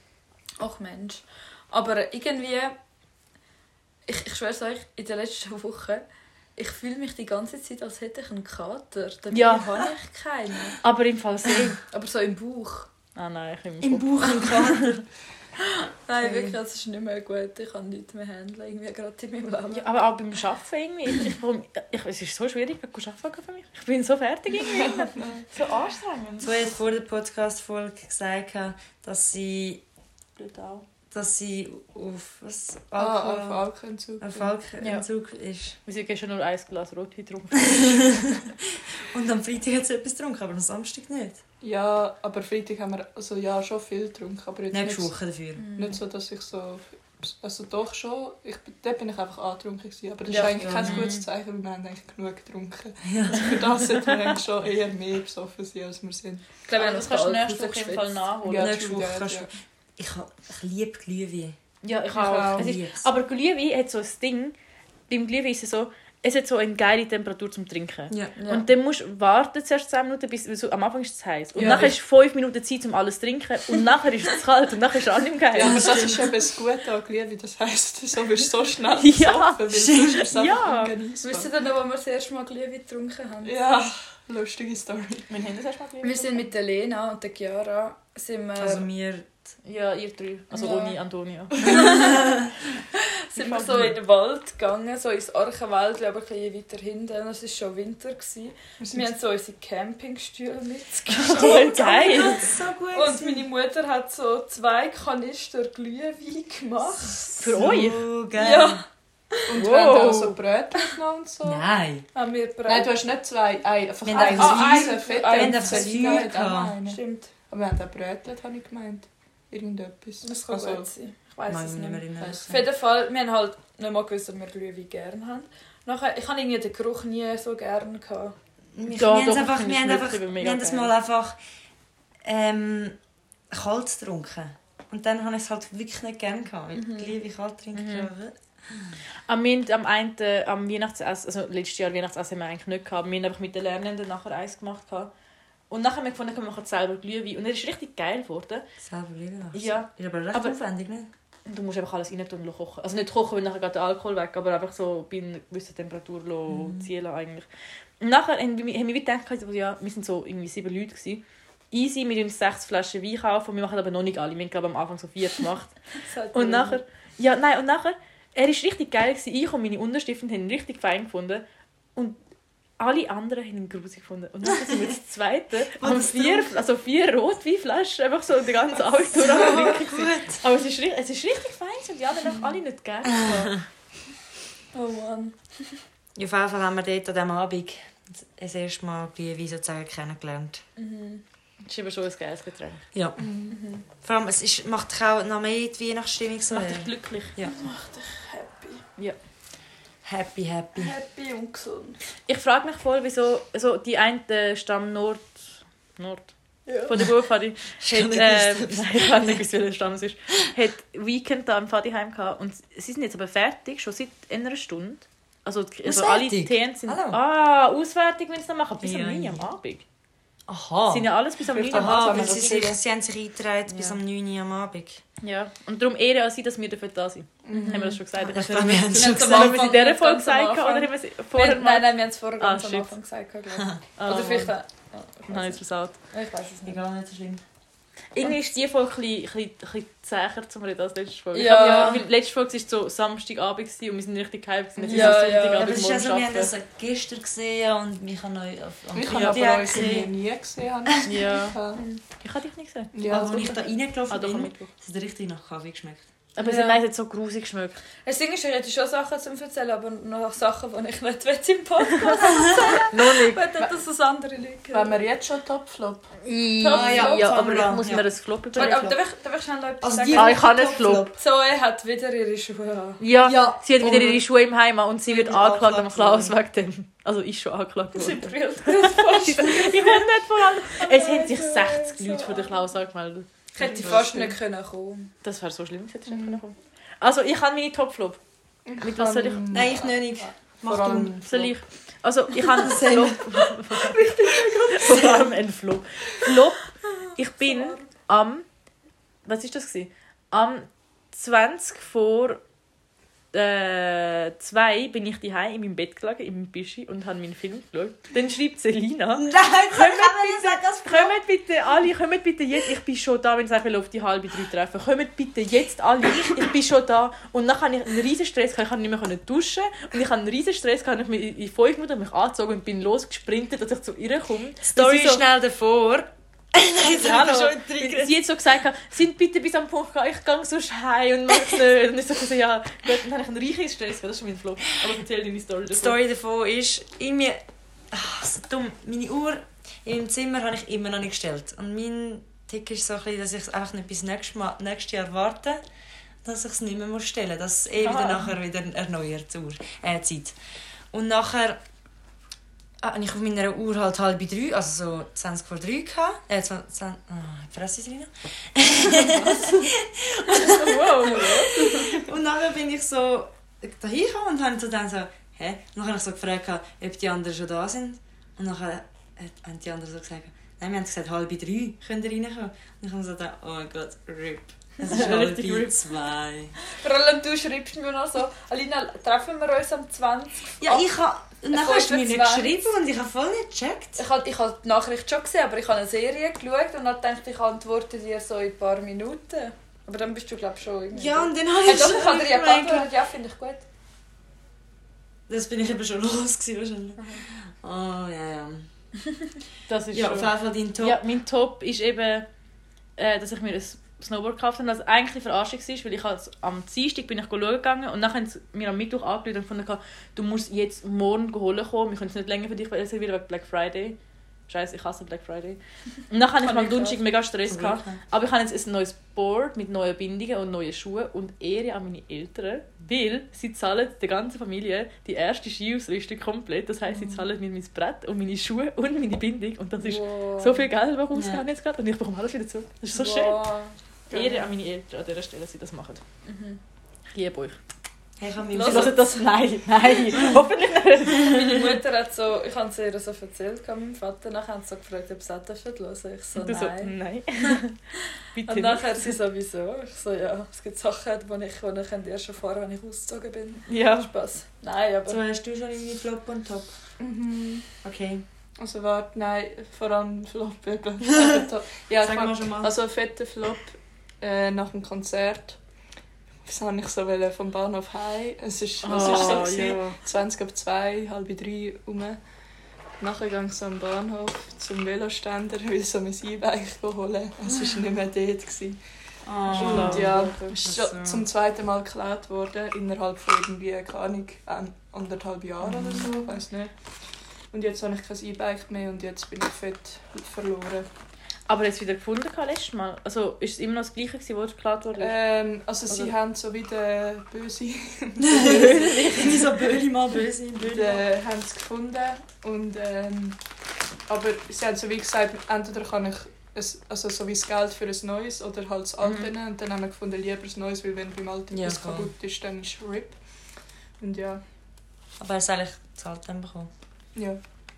Speaker 2: Ach Mensch. Aber irgendwie, ich, ich schwöre euch, in den letzten Wochen, ich fühle mich die ganze Zeit, als hätte ich einen Kater. Dabei
Speaker 3: Ja.
Speaker 2: habe ich keinen.
Speaker 3: Aber im Fall sehr.
Speaker 2: Aber so im Bauch.
Speaker 3: Ah nein, ich bin
Speaker 1: Im Bauch im Kater.
Speaker 2: Nein,
Speaker 1: Okay.
Speaker 2: wirklich, es ist nicht mehr gut. Ich kann nichts mehr handeln, irgendwie gerade in meinem Leben.
Speaker 3: Ja, aber auch beim Arbeiten irgendwie. Ich, ich, warum- ich, es ist so schwierig, beim Arbeiten für mich. Ich bin so fertig irgendwie. so anstrengend.
Speaker 1: So hat vor der Podcast-Folge gesagt, dass sie,
Speaker 3: Brutal.
Speaker 1: dass sie auf was?
Speaker 4: Ah, auf
Speaker 1: Alkohol,
Speaker 4: Alkenzug.
Speaker 1: auf Alkoholentzug ist.
Speaker 3: Wir haben schon nur ein Glas Rotwein getrunken.
Speaker 1: Und am Freitag hat sie etwas getrunken, aber am Samstag nicht.
Speaker 4: Ja, aber Freitag haben wir also, ja, schon viel getrunken. Aber jetzt
Speaker 1: Nächste
Speaker 4: nicht,
Speaker 1: Woche dafür.
Speaker 2: Mm. Mhm.
Speaker 4: nicht so, dass ich so... Also doch schon. Ich, dort bin ich einfach angetrunken. Gewesen, aber das
Speaker 1: Ja,
Speaker 4: ist eigentlich
Speaker 1: ja.
Speaker 4: kein gutes Zeichen, weil wir haben eigentlich genug getrunken.
Speaker 1: Ja.
Speaker 4: Also für das sollten wir eigentlich schon eher mehr besoffen sein, als wir sind.
Speaker 2: Ich glaube,
Speaker 3: Aber Ah, das kannst du nächste Woche im Fall nachholen.
Speaker 4: Ja,
Speaker 1: Nächste
Speaker 4: true
Speaker 1: Woche
Speaker 4: that,
Speaker 1: kannst
Speaker 4: ja.
Speaker 1: du... Ich, hab- ich liebe Glühwein.
Speaker 3: Ja, ich
Speaker 4: auch.
Speaker 3: auch. Es
Speaker 1: Lieb's.
Speaker 3: ist, aber Glühwein hat so ein Ding. Beim Glühwein ist es so, es hat so eine geile Temperatur zum Trinken.
Speaker 1: Ja.
Speaker 2: Ja.
Speaker 3: Und dann musst du warten zuerst 10 Minuten, bis weil so, am Anfang ist es heiß. Und
Speaker 4: Ja,
Speaker 3: nachher ist 5 Minuten Zeit, um alles zu trinken. Und nachher ist es kalt und nachher ist es auch nicht mehr geil.
Speaker 4: Ja, aber das ist eben das Gute an Glühwein. Das heisst, so wirst du so schnell
Speaker 3: Ja,
Speaker 4: besoffen, weil sonst ist es einfach
Speaker 3: Ja.
Speaker 2: Wisst ihr
Speaker 4: ungenießbar.
Speaker 2: denn noch, als wir das erste Mal Glühwein getrunken haben?
Speaker 4: Ja, lustige Story.
Speaker 3: Mein Handy hast du mal
Speaker 2: Wir sind mit der Lena und der Chiara sind wir,
Speaker 1: Also wir...
Speaker 3: Ja, ihr drei. Also
Speaker 2: Ja.
Speaker 3: ohne Antonia.
Speaker 2: sind wir so in den Wald gegangen, so ins Orchenwald, aber ein bisschen weiter hinten. Es war schon Winter. Gewesen.
Speaker 4: Wir sind
Speaker 2: Wir haben so unsere Campingstühle mitgenommen.
Speaker 1: Oh,
Speaker 3: Voll geil.
Speaker 1: Das ist so gut.
Speaker 2: Und meine Mutter hat so zwei Kanister Glühwein gemacht.
Speaker 3: Für euch?
Speaker 1: So geil.
Speaker 2: Ja.
Speaker 4: Und
Speaker 3: Wow.
Speaker 4: wir haben auch so Brötchen genommen und so.
Speaker 1: Nein.
Speaker 2: Haben Ah, wir
Speaker 4: Nein, du hast nicht zwei, ein, einfach
Speaker 1: Wir
Speaker 4: ein, ein,
Speaker 1: haben einfach
Speaker 4: ein,
Speaker 1: Feuer-
Speaker 4: fett,
Speaker 1: wir haben
Speaker 4: ein,
Speaker 1: einfach
Speaker 4: fett,
Speaker 1: Feuer
Speaker 4: ein,
Speaker 1: gehabt.
Speaker 4: ein, ein.
Speaker 2: Stimmt,
Speaker 4: Aber wir haben auch Brötchen, habe ich gemeint. Irgendetwas. Also,
Speaker 2: das kann
Speaker 3: Also,
Speaker 2: gut sein. Ich
Speaker 1: Mag
Speaker 2: weiß
Speaker 1: mich
Speaker 2: es
Speaker 1: nicht
Speaker 2: nicht
Speaker 1: mehr
Speaker 2: mehr.
Speaker 1: erinnern.
Speaker 4: Weiss
Speaker 2: Auf jeden Fall, wir haben halt nicht mal gewusst, dass wir Glühwein gerne haben. Nachher, ich habe irgendwie den Geruch nie so gerne. Gehabt.
Speaker 1: Wir,
Speaker 3: Doch,
Speaker 1: wir,
Speaker 3: doch,
Speaker 1: haben einfach,
Speaker 3: ich finde
Speaker 1: wir, haben
Speaker 3: es
Speaker 1: einfach,
Speaker 3: wirklich
Speaker 1: wir
Speaker 3: mega
Speaker 1: haben das
Speaker 3: geil.
Speaker 1: mal einfach ähm, kalt getrunken. Und dann habe ich es halt wirklich nicht gerne gehabt. weil Ich liebe kalt trinken.
Speaker 3: Am, Ende, am, einen, am Weihnachtsessen, also letztes Jahr Weihnachtsessen haben wir eigentlich nicht gehabt. Wir haben einfach mit den Lernenden nachher eins gemacht. Gehabt. Und nachher haben wir gefunden, wir machen selber Glühwein. Und er ist richtig geil geworden.
Speaker 1: Selber lieben
Speaker 3: Ja.
Speaker 1: Ist aber recht
Speaker 3: Aber-
Speaker 1: aufwendig, nicht?
Speaker 3: Und du musst einfach alles rein tun und kochen. Also nicht kochen, weil nachher geht der Alkohol weg, aber einfach so bei einer gewissen Temperatur mhm. ziehen lassen eigentlich. Und nachher haben wir, haben wir wie gedacht, also ja, wir waren so irgendwie sieben Leute. Gewesen. Easy, wir uns sechs Flaschen Wein kaufen. Wir machen aber noch nicht alle. Wir haben glaube ich, am Anfang so vier gemacht.
Speaker 2: Das hat
Speaker 3: Und
Speaker 2: mir-
Speaker 3: nachher, ja, nein, und nachher, er ist richtig geil gewesen. Ich und meine Unterstiften haben ihn richtig fein gefunden. Und alle anderen haben ihn grusig gefunden. Und nachher sind wir das zweite, haben
Speaker 1: das
Speaker 3: vier, also vier Rotweinflaschen, einfach so den ganzen Abend durch. am Trinken gewesen.
Speaker 1: Gut.
Speaker 3: Aber es ist, ri- es ist richtig fein gewesen und die anderen haben alle nicht gerne. gehabt.
Speaker 2: Oh Mann.
Speaker 1: Ja, Auf jeden Fall haben wir dort an diesem Abend das erste Mal Glühwein sozusagen kennengelernt.
Speaker 2: Mhm.
Speaker 3: Das ist aber schon ein geiles Getränk.
Speaker 1: Ja. Vor allem, es ist, macht dich auch noch mehr die Weihnachtsstimmung
Speaker 3: Ah, Das
Speaker 1: so.
Speaker 3: macht dich glücklich.
Speaker 1: Ja.
Speaker 2: Happy.
Speaker 1: Happy, happy.
Speaker 4: Happy und gesund.
Speaker 3: Ich frage mich voll, wieso also die eine Stamm Nord, Nord
Speaker 4: Ja.
Speaker 3: von der Buchfadi
Speaker 1: hab
Speaker 3: hat,
Speaker 1: nicht
Speaker 3: äh,
Speaker 1: gewusst,
Speaker 3: nein, ich weiß nicht, welcher Stamm es ist, hat Weekend da im Fadiheim gehabt und sie sind jetzt aber fertig, schon seit einer Stunde. Also, also alle
Speaker 1: Auswertung?
Speaker 3: Themen sind
Speaker 1: Hallo.
Speaker 3: ah, auswertig, wenn sie noch machen, bis um
Speaker 1: Ja.
Speaker 3: 9 Uhr am Abend.
Speaker 1: Aha.
Speaker 3: sind ja alles bis um 9 Uhr am
Speaker 1: Aha,
Speaker 3: Abend.
Speaker 1: weil
Speaker 4: Abend.
Speaker 1: sie, sich, sie haben sich eingetragen bis
Speaker 3: Ja.
Speaker 1: um 9 Uhr am Abend.
Speaker 3: Ja. Und darum Ehre an sie, dass wir dafür da sind.
Speaker 2: Mhm.
Speaker 3: Haben wir das schon gesagt? Ich
Speaker 1: Ich
Speaker 3: weiß
Speaker 1: glaube,
Speaker 3: nicht,
Speaker 1: Mhm. wir haben es schon
Speaker 2: Wir haben es
Speaker 1: gesagt.
Speaker 3: haben wir es in dieser Folge gesagt oder haben
Speaker 2: Ganz am Anfang.
Speaker 3: wir es vorher
Speaker 2: Nein, nein,
Speaker 3: mal...
Speaker 2: nein, wir haben es vorher
Speaker 3: Ah,
Speaker 2: ganz am
Speaker 3: shit.
Speaker 2: Anfang gesagt. glaub ich.
Speaker 3: Ah,
Speaker 2: Oder vielleicht...
Speaker 3: Mann.
Speaker 2: Ja, Ich
Speaker 3: Dann habe ich es
Speaker 2: weiß
Speaker 3: versaut.
Speaker 2: es- ich weiß es nicht.
Speaker 1: Egal, nicht so schlimm.
Speaker 3: Irgendwie ist die Folge ein bisschen, ein bisschen zäher zum Reden als letzte Folge.
Speaker 2: Ja.
Speaker 3: Ich hab- ja. weil Letzte Folge war so Samstagabend gewesen und wir sind richtig gehypt. gewesen. Jetzt
Speaker 2: Ja,
Speaker 3: ist es
Speaker 2: ja.
Speaker 1: Aber
Speaker 3: Sonntagabend,
Speaker 1: das ist
Speaker 3: morgen
Speaker 1: also, wir haben
Speaker 3: arbeiten.
Speaker 1: das gestern gesehen und mich haben euch auf- am
Speaker 4: Ich habe
Speaker 1: Freitag
Speaker 4: aber euch irgendwie
Speaker 1: gesehen.
Speaker 4: nie gesehen. habe ich das
Speaker 3: Ja.
Speaker 4: Gefühl gehabt.
Speaker 3: Ich habe dich nicht gesehen.
Speaker 4: Ja,
Speaker 1: Aber als Also, ich da
Speaker 3: Ah,
Speaker 1: reingelaufen
Speaker 3: doch, am
Speaker 1: bin,
Speaker 3: Mittwoch.
Speaker 1: es hat richtig nach Kaffee geschmeckt.
Speaker 3: Aber
Speaker 2: Ja.
Speaker 3: ja. es hat so grusig geschmeckt.
Speaker 2: Das Ding ist, ich hätte schon Sachen zu erzählen, aber noch Sachen, die ich nicht will im Podcast
Speaker 3: Noch nicht.
Speaker 2: will, dass das andere Leute
Speaker 4: Wenn
Speaker 2: hören.
Speaker 4: wir jetzt schon Topflop.
Speaker 3: Ja, ja,
Speaker 1: Ah, ja,
Speaker 3: aber ich
Speaker 1: ja.
Speaker 3: muss mir ein Flop
Speaker 2: Warte, aber
Speaker 3: überlegen.
Speaker 2: darf ich, darf ich schnell noch etwas
Speaker 1: Also die
Speaker 2: sagen?
Speaker 3: Ah, ich habe einen Flop.
Speaker 2: Zoe hat wieder ihre Schuhe an.
Speaker 3: Ja,
Speaker 1: Ja.
Speaker 3: sie hat wieder
Speaker 1: Und-
Speaker 3: ihre Schuhe im Heim an und sie wird
Speaker 1: bin
Speaker 3: angeklagt am
Speaker 1: angeklagt worden.
Speaker 3: Klaus wegen dem. Also ist schon angeklagt
Speaker 2: Sie
Speaker 3: worden.
Speaker 2: brillt.
Speaker 3: ich will nicht vor allem... Es haben sich 60 Leute von der Klaus angemeldet.
Speaker 2: Ich hätte fast nicht können kommen
Speaker 3: Das wäre so schlimm, das hättest du nicht können kommen. Also ich habe meine Topflop. Mit was soll ich...
Speaker 1: Nein, ich nicht. Mach
Speaker 4: Vor
Speaker 1: du.
Speaker 4: allem
Speaker 3: Soll ich? Also ich habe einen
Speaker 1: Sam.
Speaker 3: Flop. Vor allem ein Flop. Flop. Ich bin am... Was ist das? Gewesen? Am 20 vor... Äh, zwei bin ich daheim in meinem Bett gelegen, in meinem Bischi und habe meinen Film geschaut. Dann schreibt Selina...
Speaker 1: Nein, das kann man nicht sagen. das-
Speaker 3: Kommt bitte alle, kommt bitte jetzt. Ich bin schon da, wenn ich will auf die halbe drei treffen. Kommt bitte jetzt alle, ich bin schon da. Und dann hatte ich einen riesen Stress, gehabt. ich konnte nicht mehr duschen. Und ich hatte einen riesen Stress, gehabt. ich habe mich in fünf Minuten mich angezogen und bin losgesprintet, dass ich zu ihr komme.
Speaker 1: Story
Speaker 3: Weil sie so-
Speaker 1: schnell davor. Jetzt haben
Speaker 3: Hallo.
Speaker 1: wir schon
Speaker 3: Weil
Speaker 1: getriggert.
Speaker 3: Sie hat so gesagt, gehabt, sind bitte bis am Punkt gegangen, ich gehe sonst heim und mach's nicht. Und ich so gesagt, ja, gut, dann habe ich einen riesen Stress, gehabt. das ist mein Vlog. Aber erzähl deine Story
Speaker 1: Die
Speaker 3: davon.
Speaker 1: Story davon ist, in mir. Ach, so dumm. Meine Uhr im Zimmer habe ich immer noch nicht gestellt. Und mein Tick ist so ein bisschen, dass ich es einfach nicht bis nächstes, Mal, nächstes Jahr warte, dass ich es nicht mehr muss stellen muss. Dass es eh wieder
Speaker 3: Ah.
Speaker 1: nachher wieder erneuert, die Uhr, äh, die Zeit. Und nachher ah, habe ich auf meiner Uhr halt halb drei, also so 20 vor drei gehabt. Äh, 20, 20, ah, Fresse drin.
Speaker 3: Wow.
Speaker 1: Und nachher bin ich so dahin gekommen und habe so dann so, hä? Und dann habe ich so gefragt, ob die anderen schon da sind. Und nachher hat- haben die anderen so gesagt, nein, wir haben gesagt, halb drei könnt ihr reinkommen. Und ich habe so gedacht, oh mein Gott, RIP. Es ist halb
Speaker 3: Richtig RIP.
Speaker 1: zwei.
Speaker 2: Vor allem du schreibst mir noch so, Alina, treffen wir uns am 20.
Speaker 1: Ja, ich habe... Und dann
Speaker 2: Voll
Speaker 1: hast du mir nicht
Speaker 2: verzweifelt.
Speaker 1: geschrieben und ich habe voll nicht gecheckt.
Speaker 2: Ich habe ich hab die Nachricht schon gesehen, aber ich habe eine Serie geschaut und dann dachte ich, ich antworte dir so in ein paar Minuten. Aber dann bist du, glaube ich, schon irgendwie...
Speaker 1: Ja,
Speaker 2: und
Speaker 1: und dann habe
Speaker 2: hey,
Speaker 1: ich
Speaker 2: doch, ich habe dir ja
Speaker 1: gemeint,
Speaker 2: geantwortet, ja, finde ich gut.
Speaker 1: Das bin ich eben schon los gewesen, wahrscheinlich. Oh, ja, ja.
Speaker 3: Das ist
Speaker 1: Ja,
Speaker 3: schon-
Speaker 1: auf jeden Fall dein Top.
Speaker 3: Dus Ja, mein Top ist eben, äh, dass ich mir ein Snowboard gekauft habe, was eigentlich eine Verarschung war, weil ich als, am Dienstag bin ich schauen gegangen und dann haben sie mir am Mittwoch angerufen und gefunden, du musst jetzt morgen holen kommen, wir können es nicht länger für dich reservieren wegen Black Friday. Scheiße, ich hasse Black Friday. Und dann hatte ich
Speaker 2: Kann
Speaker 3: am
Speaker 2: ich
Speaker 3: Donnerstag
Speaker 2: auch.
Speaker 3: mega Stress.
Speaker 1: Zum Glück,
Speaker 3: Gehabt.
Speaker 1: ja.
Speaker 3: Aber ich habe jetzt ein neues Board mit neuen Bindungen und neuen Schuhen und Ehre an meine Eltern, weil sie zahlen der ganzen Familie die erste Skiausrüstung komplett. Das heisst, sie zahlen mir mein Brett und meine Schuhe und meine Bindung und das ist
Speaker 2: Wow.
Speaker 3: so viel Geld bekomme ich
Speaker 1: Ja.
Speaker 3: jetzt gerade und ich bekomme alles wieder zurück. Das ist so
Speaker 2: Wow.
Speaker 3: schön. Ehre an meine Eltern an dieser Stelle, dass sie das machen.
Speaker 2: Mhm.
Speaker 3: Ich liebe euch.
Speaker 1: Hey, ich habe mich
Speaker 2: Los.
Speaker 3: Sie hören das? Nein, nein, hoffentlich nicht.
Speaker 2: Meine Mutter hat so, ich habe es ihr so erzählt, gehabt, meinem Vater, nachher haben sie so gefragt, ob sie auch hören dürfen. Ich so,
Speaker 3: Und du so,
Speaker 2: nein.
Speaker 3: nein. Bitte
Speaker 2: Und
Speaker 3: nicht.
Speaker 2: nachher sie sowieso. Ich so, ja, es gibt Sachen, die ich, die ich erst erfahren wenn ich ausgezogen bin.
Speaker 3: Ja.
Speaker 2: Spass. Nein, aber...
Speaker 1: So hast du schon irgendwie Flop und Top. Okay.
Speaker 4: Mhm. Also warte, nein, vor allem Flop. ja, glaub ich. Aber Top. ja, ich
Speaker 1: Sag
Speaker 4: fang-
Speaker 1: mal schon mal.
Speaker 4: also ein fetter Flop äh, nach dem Konzert. Was habe ich so wollen? Vom Bahnhof heim. Es ist, was ist so
Speaker 3: Oh,
Speaker 4: gewesen?
Speaker 3: ja.
Speaker 4: 20 ab 2, halb 3 rum. Nachher ging ich so am Bahnhof zum Veloständer, weil so mein E-Bike holen. Es war nicht mehr dort. Gewesen.
Speaker 1: Oh.
Speaker 3: Schade.
Speaker 4: Und ja, es ist
Speaker 1: Ach so.
Speaker 4: schon zum zweiten Mal geklaut worden, innerhalb von irgendwie, keine Ahnung, ein- anderthalb Jahren oder so, weiß nicht. Und jetzt habe ich kein E-Bike mehr und jetzt bin ich fett verloren.
Speaker 3: Aber jetzt wieder gefunden kann, letztes Mal. Also ist es immer noch das gleiche, gewesen, was geklärt wurde?
Speaker 4: Ähm, also sie
Speaker 3: Oder-
Speaker 4: haben so wie der Böse,
Speaker 1: Irgendwie so böse mal böse, böse.
Speaker 4: der haben es gefunden und ähm, aber sie haben so wie gesagt, entweder kann ich es, also so wie das Geld für ein neues oder halt das alte nehmen. und dann haben wir gefunden, lieber das neues, weil wenn beim alten
Speaker 1: Mhm. Ja,
Speaker 4: etwas
Speaker 1: voll.
Speaker 4: kaputt ist, dann ist RIP. Und ja,
Speaker 1: Aber er ist eigentlich zahlt dann bekommen.
Speaker 4: ja,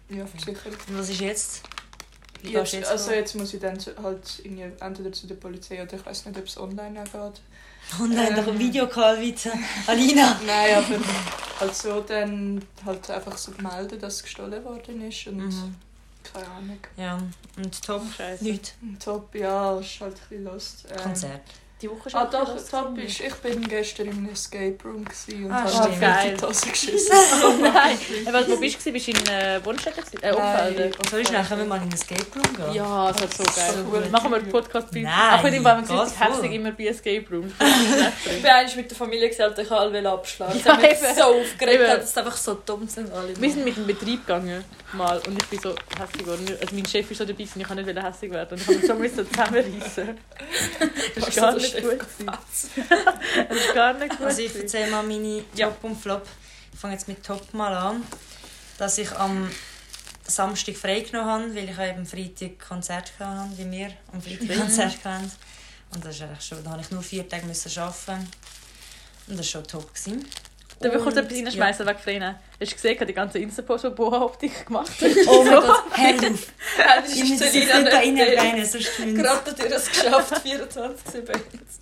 Speaker 4: ja, sicher.
Speaker 1: Und was ist jetzt? Wie
Speaker 4: Jetzt,
Speaker 1: gehst du jetzt
Speaker 4: also
Speaker 1: vor?
Speaker 4: jetzt muss ich dann zu- halt irgendwie entweder zu der Polizei oder ich weiß nicht, ob es online auch geht.
Speaker 1: Oh nein, noch ein
Speaker 4: ähm,
Speaker 1: Videocall weiter. Alina!
Speaker 4: Nein, aber halt so dann halt einfach so melden, dass es gestohlen worden ist und
Speaker 1: Mhm.
Speaker 4: keine Ahnung.
Speaker 1: Ja, und Top?
Speaker 3: Scheiße.
Speaker 1: Nicht.
Speaker 4: Top, ja, ist halt ein bisschen lost. Ähm,
Speaker 1: Konzert.
Speaker 3: Die Woche schon.
Speaker 4: Ah doch, Top ist, ich bin gestern im Escape Room gewesen und
Speaker 1: Ah,
Speaker 4: habe
Speaker 1: stimmt.
Speaker 4: mir
Speaker 3: Geil.
Speaker 4: die Tasse geschissen. So
Speaker 3: Nein.
Speaker 4: fucking
Speaker 3: Aber wo bist du? gewesen? Bist du in äh, Wohnstätten? gewesen? Äh,
Speaker 4: Nein.
Speaker 3: Umfelden?
Speaker 1: Und so Also, ist nachher, wenn man in den Escape Room geht.
Speaker 3: Ja, das ist so geil.
Speaker 1: So
Speaker 4: cool.
Speaker 1: gut.
Speaker 3: Machen wir einen Podcast bei.
Speaker 1: Nein,
Speaker 3: Auch wenn ich beim
Speaker 1: geht
Speaker 3: Gesicht
Speaker 1: voll.
Speaker 3: herzig immer bei Escape Room.
Speaker 2: Ich bin eigentlich mit der Familie gesagt, ich wollte abschlagen. Sie
Speaker 3: Ja,
Speaker 2: haben mich
Speaker 3: eben.
Speaker 2: so aufgeregt,
Speaker 3: Eben.
Speaker 2: dass es einfach so dumm sind alle.
Speaker 3: Wir sind mit dem Betrieb gegangen mal und ich bin so hässlich geworden. Also mein Chef ist so dabei gewesen, ich kann nicht wieder hässlich werden und ich habe mich so müssen zusammenreißen. Das ist
Speaker 2: Warst du
Speaker 3: gar
Speaker 2: so
Speaker 3: nicht
Speaker 2: Chef
Speaker 3: gut. gewesen. Das ist gar nicht gut.
Speaker 1: Also ich
Speaker 3: gewesen.
Speaker 1: erzähle mal meine
Speaker 3: Ja.
Speaker 1: Top und Flop. Ich fange jetzt mit Top mal an. Dass ich am Samstag freigenommen habe, weil ich auch eben Freitag Konzert hatte, wie wir am Freitag Konzert hatten. Und das ist eigentlich schon, da habe ich nur vier Tage müssen arbeiten. Und das war schon top. Gewesen.
Speaker 3: Darf ich kurz
Speaker 1: Und-
Speaker 3: etwas reinschmeißen, ja. wegfreien? Hast du gesehen, ich habe die ganze Insta-Post, die Boa auf dich gemacht hat?
Speaker 1: Ja. Oh mein Gott, hör auf!
Speaker 2: Das
Speaker 1: Ich
Speaker 2: ist
Speaker 1: muss
Speaker 2: Selina
Speaker 1: das nicht da rein
Speaker 2: drin.
Speaker 1: erwähnen, sonst müssen
Speaker 2: Gerade hat ihr es geschafft, 24-7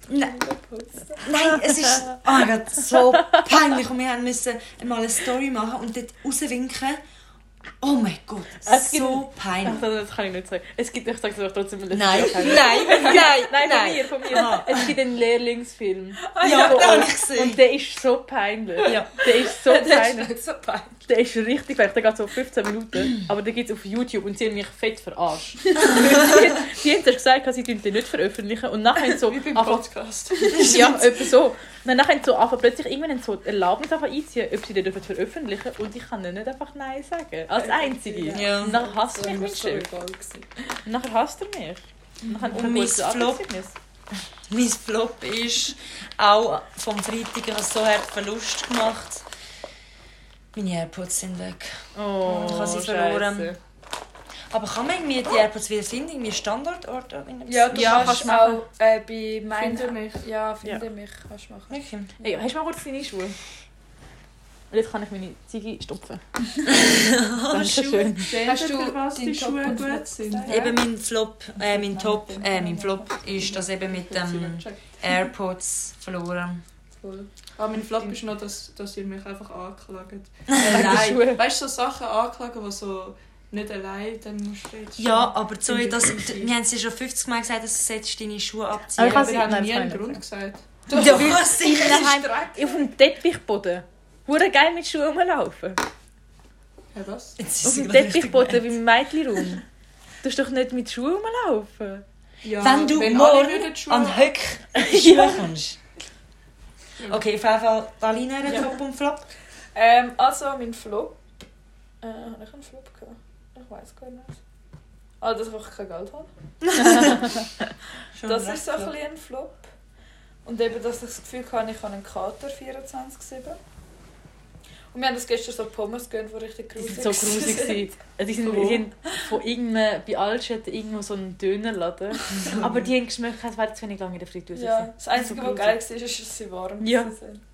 Speaker 1: Nein. Nein, es ist oh mein Gott, so peinlich. Und wir haben müssen einmal eine Story machen und dort rauswinken. Oh mein Gott,
Speaker 3: Es gibt-
Speaker 1: so peinlich.
Speaker 3: Ach, das kann ich nicht sagen. Es gibt, ich sage es aber trotzdem. mal.
Speaker 1: Nein, nein, nein,
Speaker 3: Nein, von mir, von mir.
Speaker 1: Aha.
Speaker 3: Es gibt einen Lehrlingsfilm.
Speaker 1: Ja,
Speaker 3: von
Speaker 1: den habe ich
Speaker 3: uns.
Speaker 1: gesehen.
Speaker 3: Und der ist so peinlich.
Speaker 1: Ja.
Speaker 3: Der ist so peinlich.
Speaker 2: Das ist so peinlich.
Speaker 3: Der ist richtig fertig, der geht so 15 Minuten. Aber der gibt es auf YouTube und sie haben mich fett verarscht. die, die haben zuerst gesagt, sie dürfen den nicht veröffentlichen. Und nachher haben sie so.
Speaker 4: Wie beim
Speaker 3: angefangen-
Speaker 4: Podcast.
Speaker 3: ja, etwa so. Und dann nachher haben sie so angefangen, plötzlich irgendwann so die Erlaubnis einfach einziehen, ob sie den dürfen veröffentlichen Und ich kann ihnen nicht einfach Nein sagen. Als Einzige.
Speaker 1: Ja.
Speaker 3: Und nachher hasst
Speaker 2: Das
Speaker 3: er
Speaker 2: war
Speaker 3: mich,
Speaker 2: immer
Speaker 3: mein
Speaker 2: so
Speaker 3: Chef.
Speaker 2: egal. gewesen.
Speaker 3: Und nachher hasst er mich. Und nachher
Speaker 1: Und mein Flop? Mein Flop ist auch vom Freitag, ich habe so einen Verlust gemacht. Meine Airpods sind weg.
Speaker 3: Oh,
Speaker 1: Ich habe sie verloren. Aber kann man irgendwie die Airpods wieder finden? Irgendwie Standortort? oder irgendwas?
Speaker 2: Ja, du
Speaker 3: Ja, kannst
Speaker 2: kannst
Speaker 3: machen.
Speaker 2: auch äh, bei meinen...
Speaker 4: Finde mich.
Speaker 2: Ja, finde
Speaker 3: Ja.
Speaker 2: mich kannst du machen.
Speaker 1: Wirklich?
Speaker 3: Hey, hast du mal kurz deine Schuhe? Und jetzt kann ich meine Ziege stopfen. Dankeschön.
Speaker 4: Hast du
Speaker 2: für was die
Speaker 4: deine
Speaker 2: Schuhe
Speaker 4: Schuhe
Speaker 2: gut
Speaker 4: gut sind?
Speaker 1: Eben mein Flop, äh, mein Top, äh, mein Flop ist, dass eben mit dem...
Speaker 3: ähm,
Speaker 1: AirPods verloren.
Speaker 4: Ah, mein Flop ist noch, dass, dass ihr mich einfach anklagt.
Speaker 3: Wegen der Schuhe.
Speaker 4: Nein, weißt du, so Sachen anklagen, die so nicht allein dann musst du jetzt-
Speaker 1: Ja, aber Zoe, das, d- wir haben es ja schon 50 Mal gesagt, dass du solltest deine Schuhe abziehen
Speaker 3: Aber ich
Speaker 4: Ja,
Speaker 3: kann
Speaker 4: aber
Speaker 3: sie-
Speaker 4: ich habe
Speaker 3: nein,
Speaker 4: nie
Speaker 3: das
Speaker 4: einen
Speaker 3: kann ich
Speaker 4: Grund
Speaker 3: nicht
Speaker 4: gesagt.
Speaker 1: Doch, was ich
Speaker 3: Daheim, auf dem Teppichboden. Hure geil mit Schuhen rumlaufen.
Speaker 4: Hä, was?
Speaker 1: Jetzt
Speaker 3: Auf
Speaker 1: sie
Speaker 3: dem
Speaker 1: gerade richtig
Speaker 3: Teppichboden
Speaker 1: gemeint.
Speaker 3: im Mädchenraum. Du hast doch nicht mit Schuhen rumlaufen.
Speaker 4: Ja,
Speaker 1: Wenn du
Speaker 4: alle
Speaker 1: morgen
Speaker 4: würden Schuhe-
Speaker 1: an Höck Schuhe kommst. Okay, auf jeden Fall Alina hat
Speaker 2: Ja.
Speaker 1: Top und Flop.
Speaker 2: Ähm, also, mein Flop. Äh, habe ich einen Flop gehabt? Ich weiß gar nicht. Ah, dass ich einfach kein Geld habe.
Speaker 1: Schon
Speaker 2: das
Speaker 1: recht
Speaker 3: dus
Speaker 2: ist so ein
Speaker 1: Flop.
Speaker 2: bisschen ein Flop. Und eben, dass ich das Gefühl habe, ich habe einen Kater 24-7. Und wir haben das gestern so Pommes gegeben, die richtig
Speaker 3: Die
Speaker 2: gruselig
Speaker 3: sind so grusig. gewesen. Also Die sind, die sind von irgendeinem, bei Altstadt irgendwo so einen Dönerladen. Aber die haben geschmeckt, als wäre zu wenig lange in der Fritteuse.
Speaker 2: Ja,
Speaker 3: gewesen.
Speaker 2: das Einzige,
Speaker 3: So
Speaker 2: was
Speaker 3: grusig.
Speaker 2: geil war, ist, dass sie warm
Speaker 3: Ja.
Speaker 2: waren.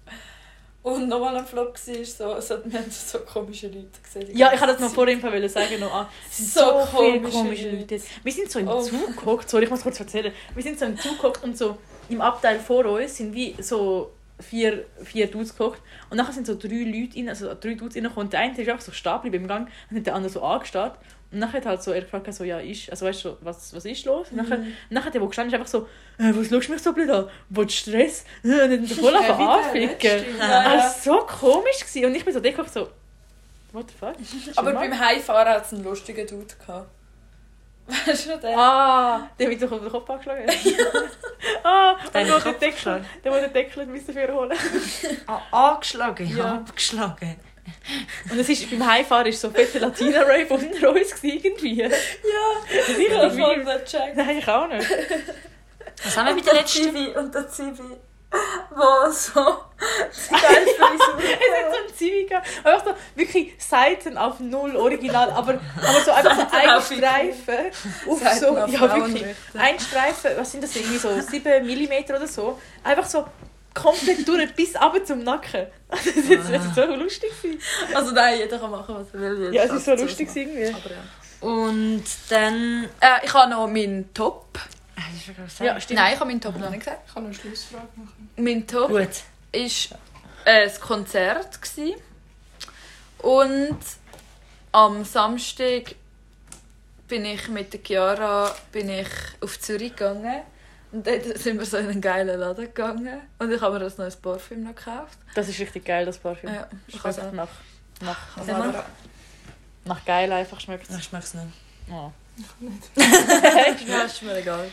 Speaker 2: Und nochmal ein Flop war, so, so, wir haben so komische Leute gesehen. die
Speaker 3: Ja, ich wollte das
Speaker 2: ganze
Speaker 3: mal vorhin wollen sagen. Noch. an. Es sind
Speaker 2: So
Speaker 3: so, viele
Speaker 2: komische
Speaker 3: komische Leute. Wir sind so im
Speaker 2: Oh.
Speaker 3: Zug gehockt, sorry, ich muss kurz erzählen. Wir sind so im Zug gehockt und so im Abteil vor uns sind wie so vier, vier Dudes gehockt. Und nachher sind so drei Leute rein, also drei Dudes reingekommen. Und der eine ist einfach so stehen geblieben im Gang und hat der andere so angestarrt. Und nachher hat halt so er gefragt, so, ja, ist, also weißt du, was, was ist los? Und
Speaker 2: Mhm.
Speaker 3: nachher, nachher der, der gestanden ist, einfach so, äh, was schaust du mich so blöd an? Willst du Stress? Und dann hat er voll
Speaker 4: Hä,
Speaker 3: einfach
Speaker 4: wie der
Speaker 3: anficken.
Speaker 4: letzte.
Speaker 2: Ja, ja.
Speaker 3: Das war so komisch. Gewesen. Und ich bin so dick so, what the fuck?
Speaker 2: Zeit. Aber beim Heimfahren hat es einen lustigen Dude gehabt. Weißt du noch den?
Speaker 3: Ah, der wird sich auf den Kopf angeschlagen. ah, und
Speaker 1: Der
Speaker 3: der, der
Speaker 1: hat den Kopf
Speaker 3: Deckel,
Speaker 1: geschlagen.
Speaker 3: der, der den Deckel müssen für holen.
Speaker 1: Ah, angeschlagen, ja.
Speaker 3: Ja.
Speaker 1: abgeschlagen.
Speaker 3: Und es ist, beim Heimfahren war so fette Latina-Rave unter uns gewesen, irgendwie.
Speaker 2: Ja,
Speaker 3: Ich
Speaker 2: ich habe
Speaker 3: hab
Speaker 2: voll
Speaker 3: wie-
Speaker 2: nicht gecheckt.
Speaker 3: Nein, ich auch nicht.
Speaker 1: Was haben wir bei der letzten?
Speaker 2: Und der Zivi, wo so die
Speaker 3: Es
Speaker 2: geilste
Speaker 3: hat so einen Zivi gehabt. Einfach so, wirklich Seiten auf null, original, aber, aber so einfach so
Speaker 2: Seiten
Speaker 3: ein
Speaker 2: auf
Speaker 3: Streifen. Auf so, ja, wirklich. Ein Streifen, was sind das irgendwie so, 7 mm oder so, einfach so komplett durch bis runter zum Nacken. Das ist jetzt das ist so lustig. gewesen.
Speaker 2: Also nein, jeder kann machen, was er will.
Speaker 3: Ja, es war so lustig gewesen irgendwie.
Speaker 2: Aber ja.
Speaker 1: Und dann.
Speaker 2: Äh, ich habe noch meinen Top.
Speaker 1: Ah,
Speaker 3: Ja, stimmt.
Speaker 2: Nein, ich habe meinen Top noch nicht gesagt.
Speaker 4: Ich kann noch eine Schlussfrage machen.
Speaker 2: Mein Top war
Speaker 1: Gut.
Speaker 2: äh, ein Konzert. Gewesen. Und am Samstag bin ich mit der Chiara bin ich auf Zürich gegangen. Und dort sind wir so in einen geilen Laden gegangen. Und ich habe mir ein neues Parfüm noch gekauft.
Speaker 3: Das ist richtig geil, das Parfüm.
Speaker 2: Ja, ich
Speaker 3: Schmeckt
Speaker 2: habe
Speaker 3: nach,
Speaker 2: auch.
Speaker 3: nach,
Speaker 2: Sag
Speaker 3: nach,
Speaker 2: mal.
Speaker 3: nach geil einfach schmeckt es.
Speaker 1: Ich schmeck's nicht.
Speaker 3: Oh.
Speaker 2: Ja, ist mir egal.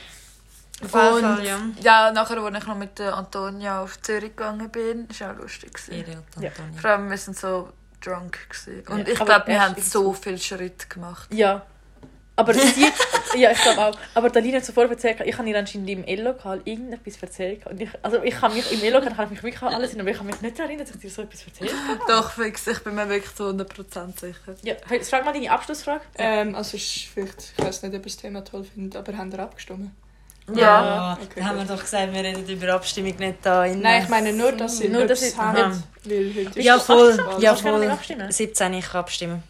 Speaker 1: Auf jeden Fall, ja.
Speaker 2: Ja, nachher, als ich noch mit der Antonia auf Zürich gegangen bin, war auch lustig. gewesen.
Speaker 1: Eril und
Speaker 3: Ja.
Speaker 1: Antonia.
Speaker 2: Vor allem, wir waren so drunk. Gewesen. Und
Speaker 3: Ja,
Speaker 2: ich
Speaker 3: aber
Speaker 2: glaube, wir
Speaker 3: erst
Speaker 2: haben
Speaker 3: im
Speaker 2: so viele Schritte gemacht.
Speaker 3: Ja. Aber sie, ja, ich glaube auch. Aber Dalina hat zuvor erzählt, ich habe ihr anscheinend im Ellokal irgendetwas erzählt. Und ich, also ich kann mich, im Ellokal kann ich mich wirklich an alles erinnern, aber ich kann mich nicht daran erinnern, dass ich dir so etwas erzählt habe.
Speaker 2: Doch, fix, ich bin mir wirklich zu 100% sicher.
Speaker 3: Ja, frag mal deine Abschlussfrage.
Speaker 4: Ähm, also es ist vielleicht, ich weiß nicht, ob ihr das Thema toll findet, aber haben ihr abgestimmt?
Speaker 2: Ja.
Speaker 1: Ja,
Speaker 4: Okay,
Speaker 1: da haben wir
Speaker 4: gut.
Speaker 1: doch gesagt, wir reden über Abstimmung nicht da innen.
Speaker 4: Nein, ich meine nur, dass ihr
Speaker 3: Nur,
Speaker 4: nur,
Speaker 3: dass
Speaker 4: das
Speaker 3: ihr-
Speaker 4: habt,
Speaker 1: Aha.
Speaker 4: weil heute
Speaker 1: eh, Ja,
Speaker 4: ist
Speaker 1: voll.
Speaker 4: Basketball.
Speaker 1: Ja,
Speaker 3: Kannst du gerne
Speaker 1: voll.
Speaker 3: noch abstimmen?
Speaker 1: 17, ich kann abstimmen.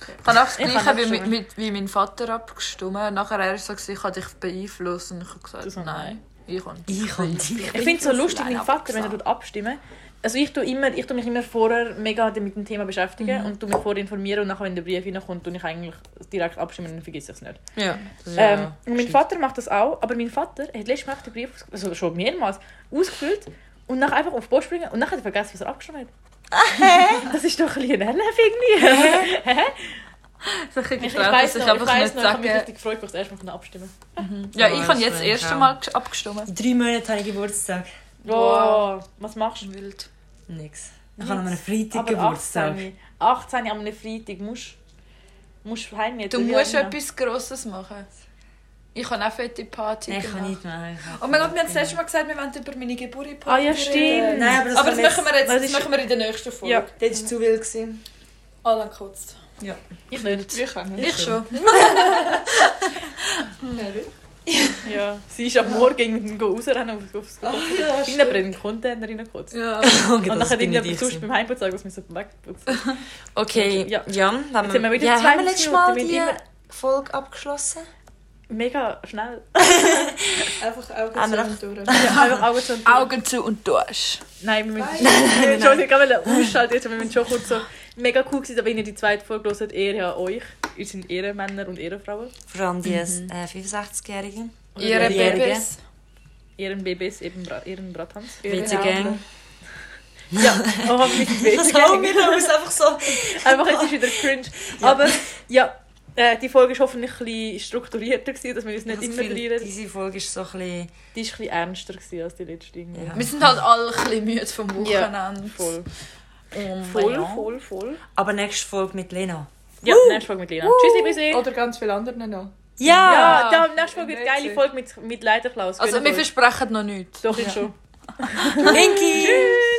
Speaker 2: Ich habe auch das
Speaker 3: Ich kann nicht
Speaker 2: Gleiche wie, mit,
Speaker 3: stimmen.
Speaker 2: mit, wie mein Vater abgestimmt. Nachher er so, gewesen, ich kann dich beeinflussen. Und ich habe gesagt,
Speaker 3: Du so,
Speaker 2: nein. Ich kann
Speaker 1: Ich und dich.
Speaker 3: Ich finde es so lustig, mein Vater, wenn er dort abstimmt. Also ich tue immer, ich tue mich immer vorher mega mit dem Thema beschäftigen und tue mich vorher informieren und nachher, wenn der Brief reinkommt, tue ich eigentlich direkt abstimmen und dann vergesse ich es nicht.
Speaker 1: Ja. das ist
Speaker 3: Ähm,
Speaker 1: ja
Speaker 3: und mein
Speaker 1: gescheit.
Speaker 3: Vater macht das auch, aber mein Vater hat letztes Mal den Brief, ausge- also schon mehrmals, ausgefüllt und nachher einfach auf die Post bringen und nachher hat er vergessen, was er abgestimmt hat. das ist doch ein bisschen nervig irgendwie.
Speaker 2: Sicher
Speaker 3: ich ich
Speaker 2: getraut,
Speaker 3: weiß
Speaker 2: dass ich
Speaker 3: noch, ich
Speaker 2: einfach
Speaker 3: weiß
Speaker 2: nicht
Speaker 3: noch, ich habe mich
Speaker 2: sage.
Speaker 3: richtig gefreut, als ich das erste Mal abstimmen
Speaker 2: Ja,
Speaker 1: Ja,
Speaker 2: ich habe
Speaker 1: das
Speaker 2: jetzt das
Speaker 1: wär
Speaker 2: erste
Speaker 1: auch.
Speaker 2: Mal abgestimmt.
Speaker 1: In drei Monaten habe ich Geburtstag.
Speaker 3: Wow, was machst du?
Speaker 2: Wild.
Speaker 1: Nix. Ich
Speaker 3: Nix.
Speaker 1: habe an einem Freitag
Speaker 3: Aber
Speaker 1: Geburtstag.
Speaker 3: 18, 18 an einem Freitag musst musst heim mit.
Speaker 2: Du musst etwas Grosses machen. Ich habe auch fette Party
Speaker 1: Nein, ich kann
Speaker 2: gemacht.
Speaker 1: nicht mehr.
Speaker 2: Oh mein Gott, wir haben das letzte Mal gesagt, wir wollen über meine Geburt
Speaker 3: Ah ja, stimmt.
Speaker 1: Nein, aber das,
Speaker 2: Aber das
Speaker 1: war
Speaker 2: machen wir jetzt
Speaker 3: das
Speaker 2: das
Speaker 3: ist-
Speaker 2: machen wir in der nächsten Folge.
Speaker 3: Ja,
Speaker 1: jetzt- Das war zu wild. Gewesen.
Speaker 2: Alan kotzt.
Speaker 3: ich nicht.
Speaker 4: Wir können.
Speaker 2: Ich schon.
Speaker 1: Mhm.
Speaker 3: Ja. Sie ist am Morgen mit dem Go rausrennen auf, aufs Go.
Speaker 2: ja,
Speaker 3: Innen brennt Container reingekotzt.
Speaker 2: Ja.
Speaker 1: Okay,
Speaker 3: Und
Speaker 1: Ah, das
Speaker 3: nachher
Speaker 1: bin
Speaker 3: irgendjemand
Speaker 1: nicht ich.
Speaker 3: sonst beim Heimputzen aus müssen wegputzen.
Speaker 1: Okay,
Speaker 3: Ja.
Speaker 1: Jan,
Speaker 3: Jetzt
Speaker 1: haben
Speaker 3: haben
Speaker 1: wir,
Speaker 3: wir wieder
Speaker 1: ja,
Speaker 3: zwei
Speaker 1: haben wir letztes Mal
Speaker 3: Minuten,
Speaker 1: die eh,
Speaker 3: wir haben
Speaker 1: Folge abgeschlossen?
Speaker 3: Mega schnell.
Speaker 4: Einfach
Speaker 1: Haben wir
Speaker 4: Augen zu und durch.
Speaker 3: Ja, einfach Augen zu und zu.
Speaker 2: Augen zu und durch.
Speaker 3: Nein, wir müssen wir müssen schon nicht gerade ausschalten. Jetzt, wir müssen schon kurz so mega cool gewesen, aber wenn ihr die zweite Folge hört, Ehre an euch. Ihr sind Ehrenmänner und Ehrenfrauen.
Speaker 1: Vor allem die äh, 65-Jährigen.
Speaker 2: Ihre
Speaker 1: die Jährige.
Speaker 2: Babys.
Speaker 3: Ehrenbabys, eben Bra Ehrenbratans.
Speaker 1: Mit der Gang.
Speaker 3: Ja, oh, mit
Speaker 1: Das hauen wir uns einfach so.
Speaker 3: Einfach, es ist wieder cringe. Aber ja, äh, die Folge war hoffentlich ein bisschen strukturierter, gewesen, dass wir uns
Speaker 1: Ich
Speaker 3: nicht
Speaker 1: habe das
Speaker 3: immer
Speaker 1: Gefühl,
Speaker 3: verlieren.
Speaker 1: diese Folge ist so ein bisschen...
Speaker 3: Die war ein bisschen ernster gewesen als die letzte. irgendwie.
Speaker 1: Ja.
Speaker 2: Wir sind halt alle ein bisschen müde vom Wochenende.
Speaker 3: Voll.
Speaker 2: Oh
Speaker 3: Voll,
Speaker 2: mein Gott.
Speaker 3: voll, voll.
Speaker 1: Aber nächste Folge mit Lena.
Speaker 3: Ja, nächste Folge mit Lena. Tschüssi, bis sehen.
Speaker 4: Oder ganz viele andere noch.
Speaker 3: Ja, Also,
Speaker 2: Ja.
Speaker 3: da, nächste Folge wird eine geile
Speaker 4: Witzig.
Speaker 3: Folge mit, mit Leiterklaus.
Speaker 2: Also wir versprechen noch nichts.
Speaker 3: Doch, jetzt schon.
Speaker 1: Linky!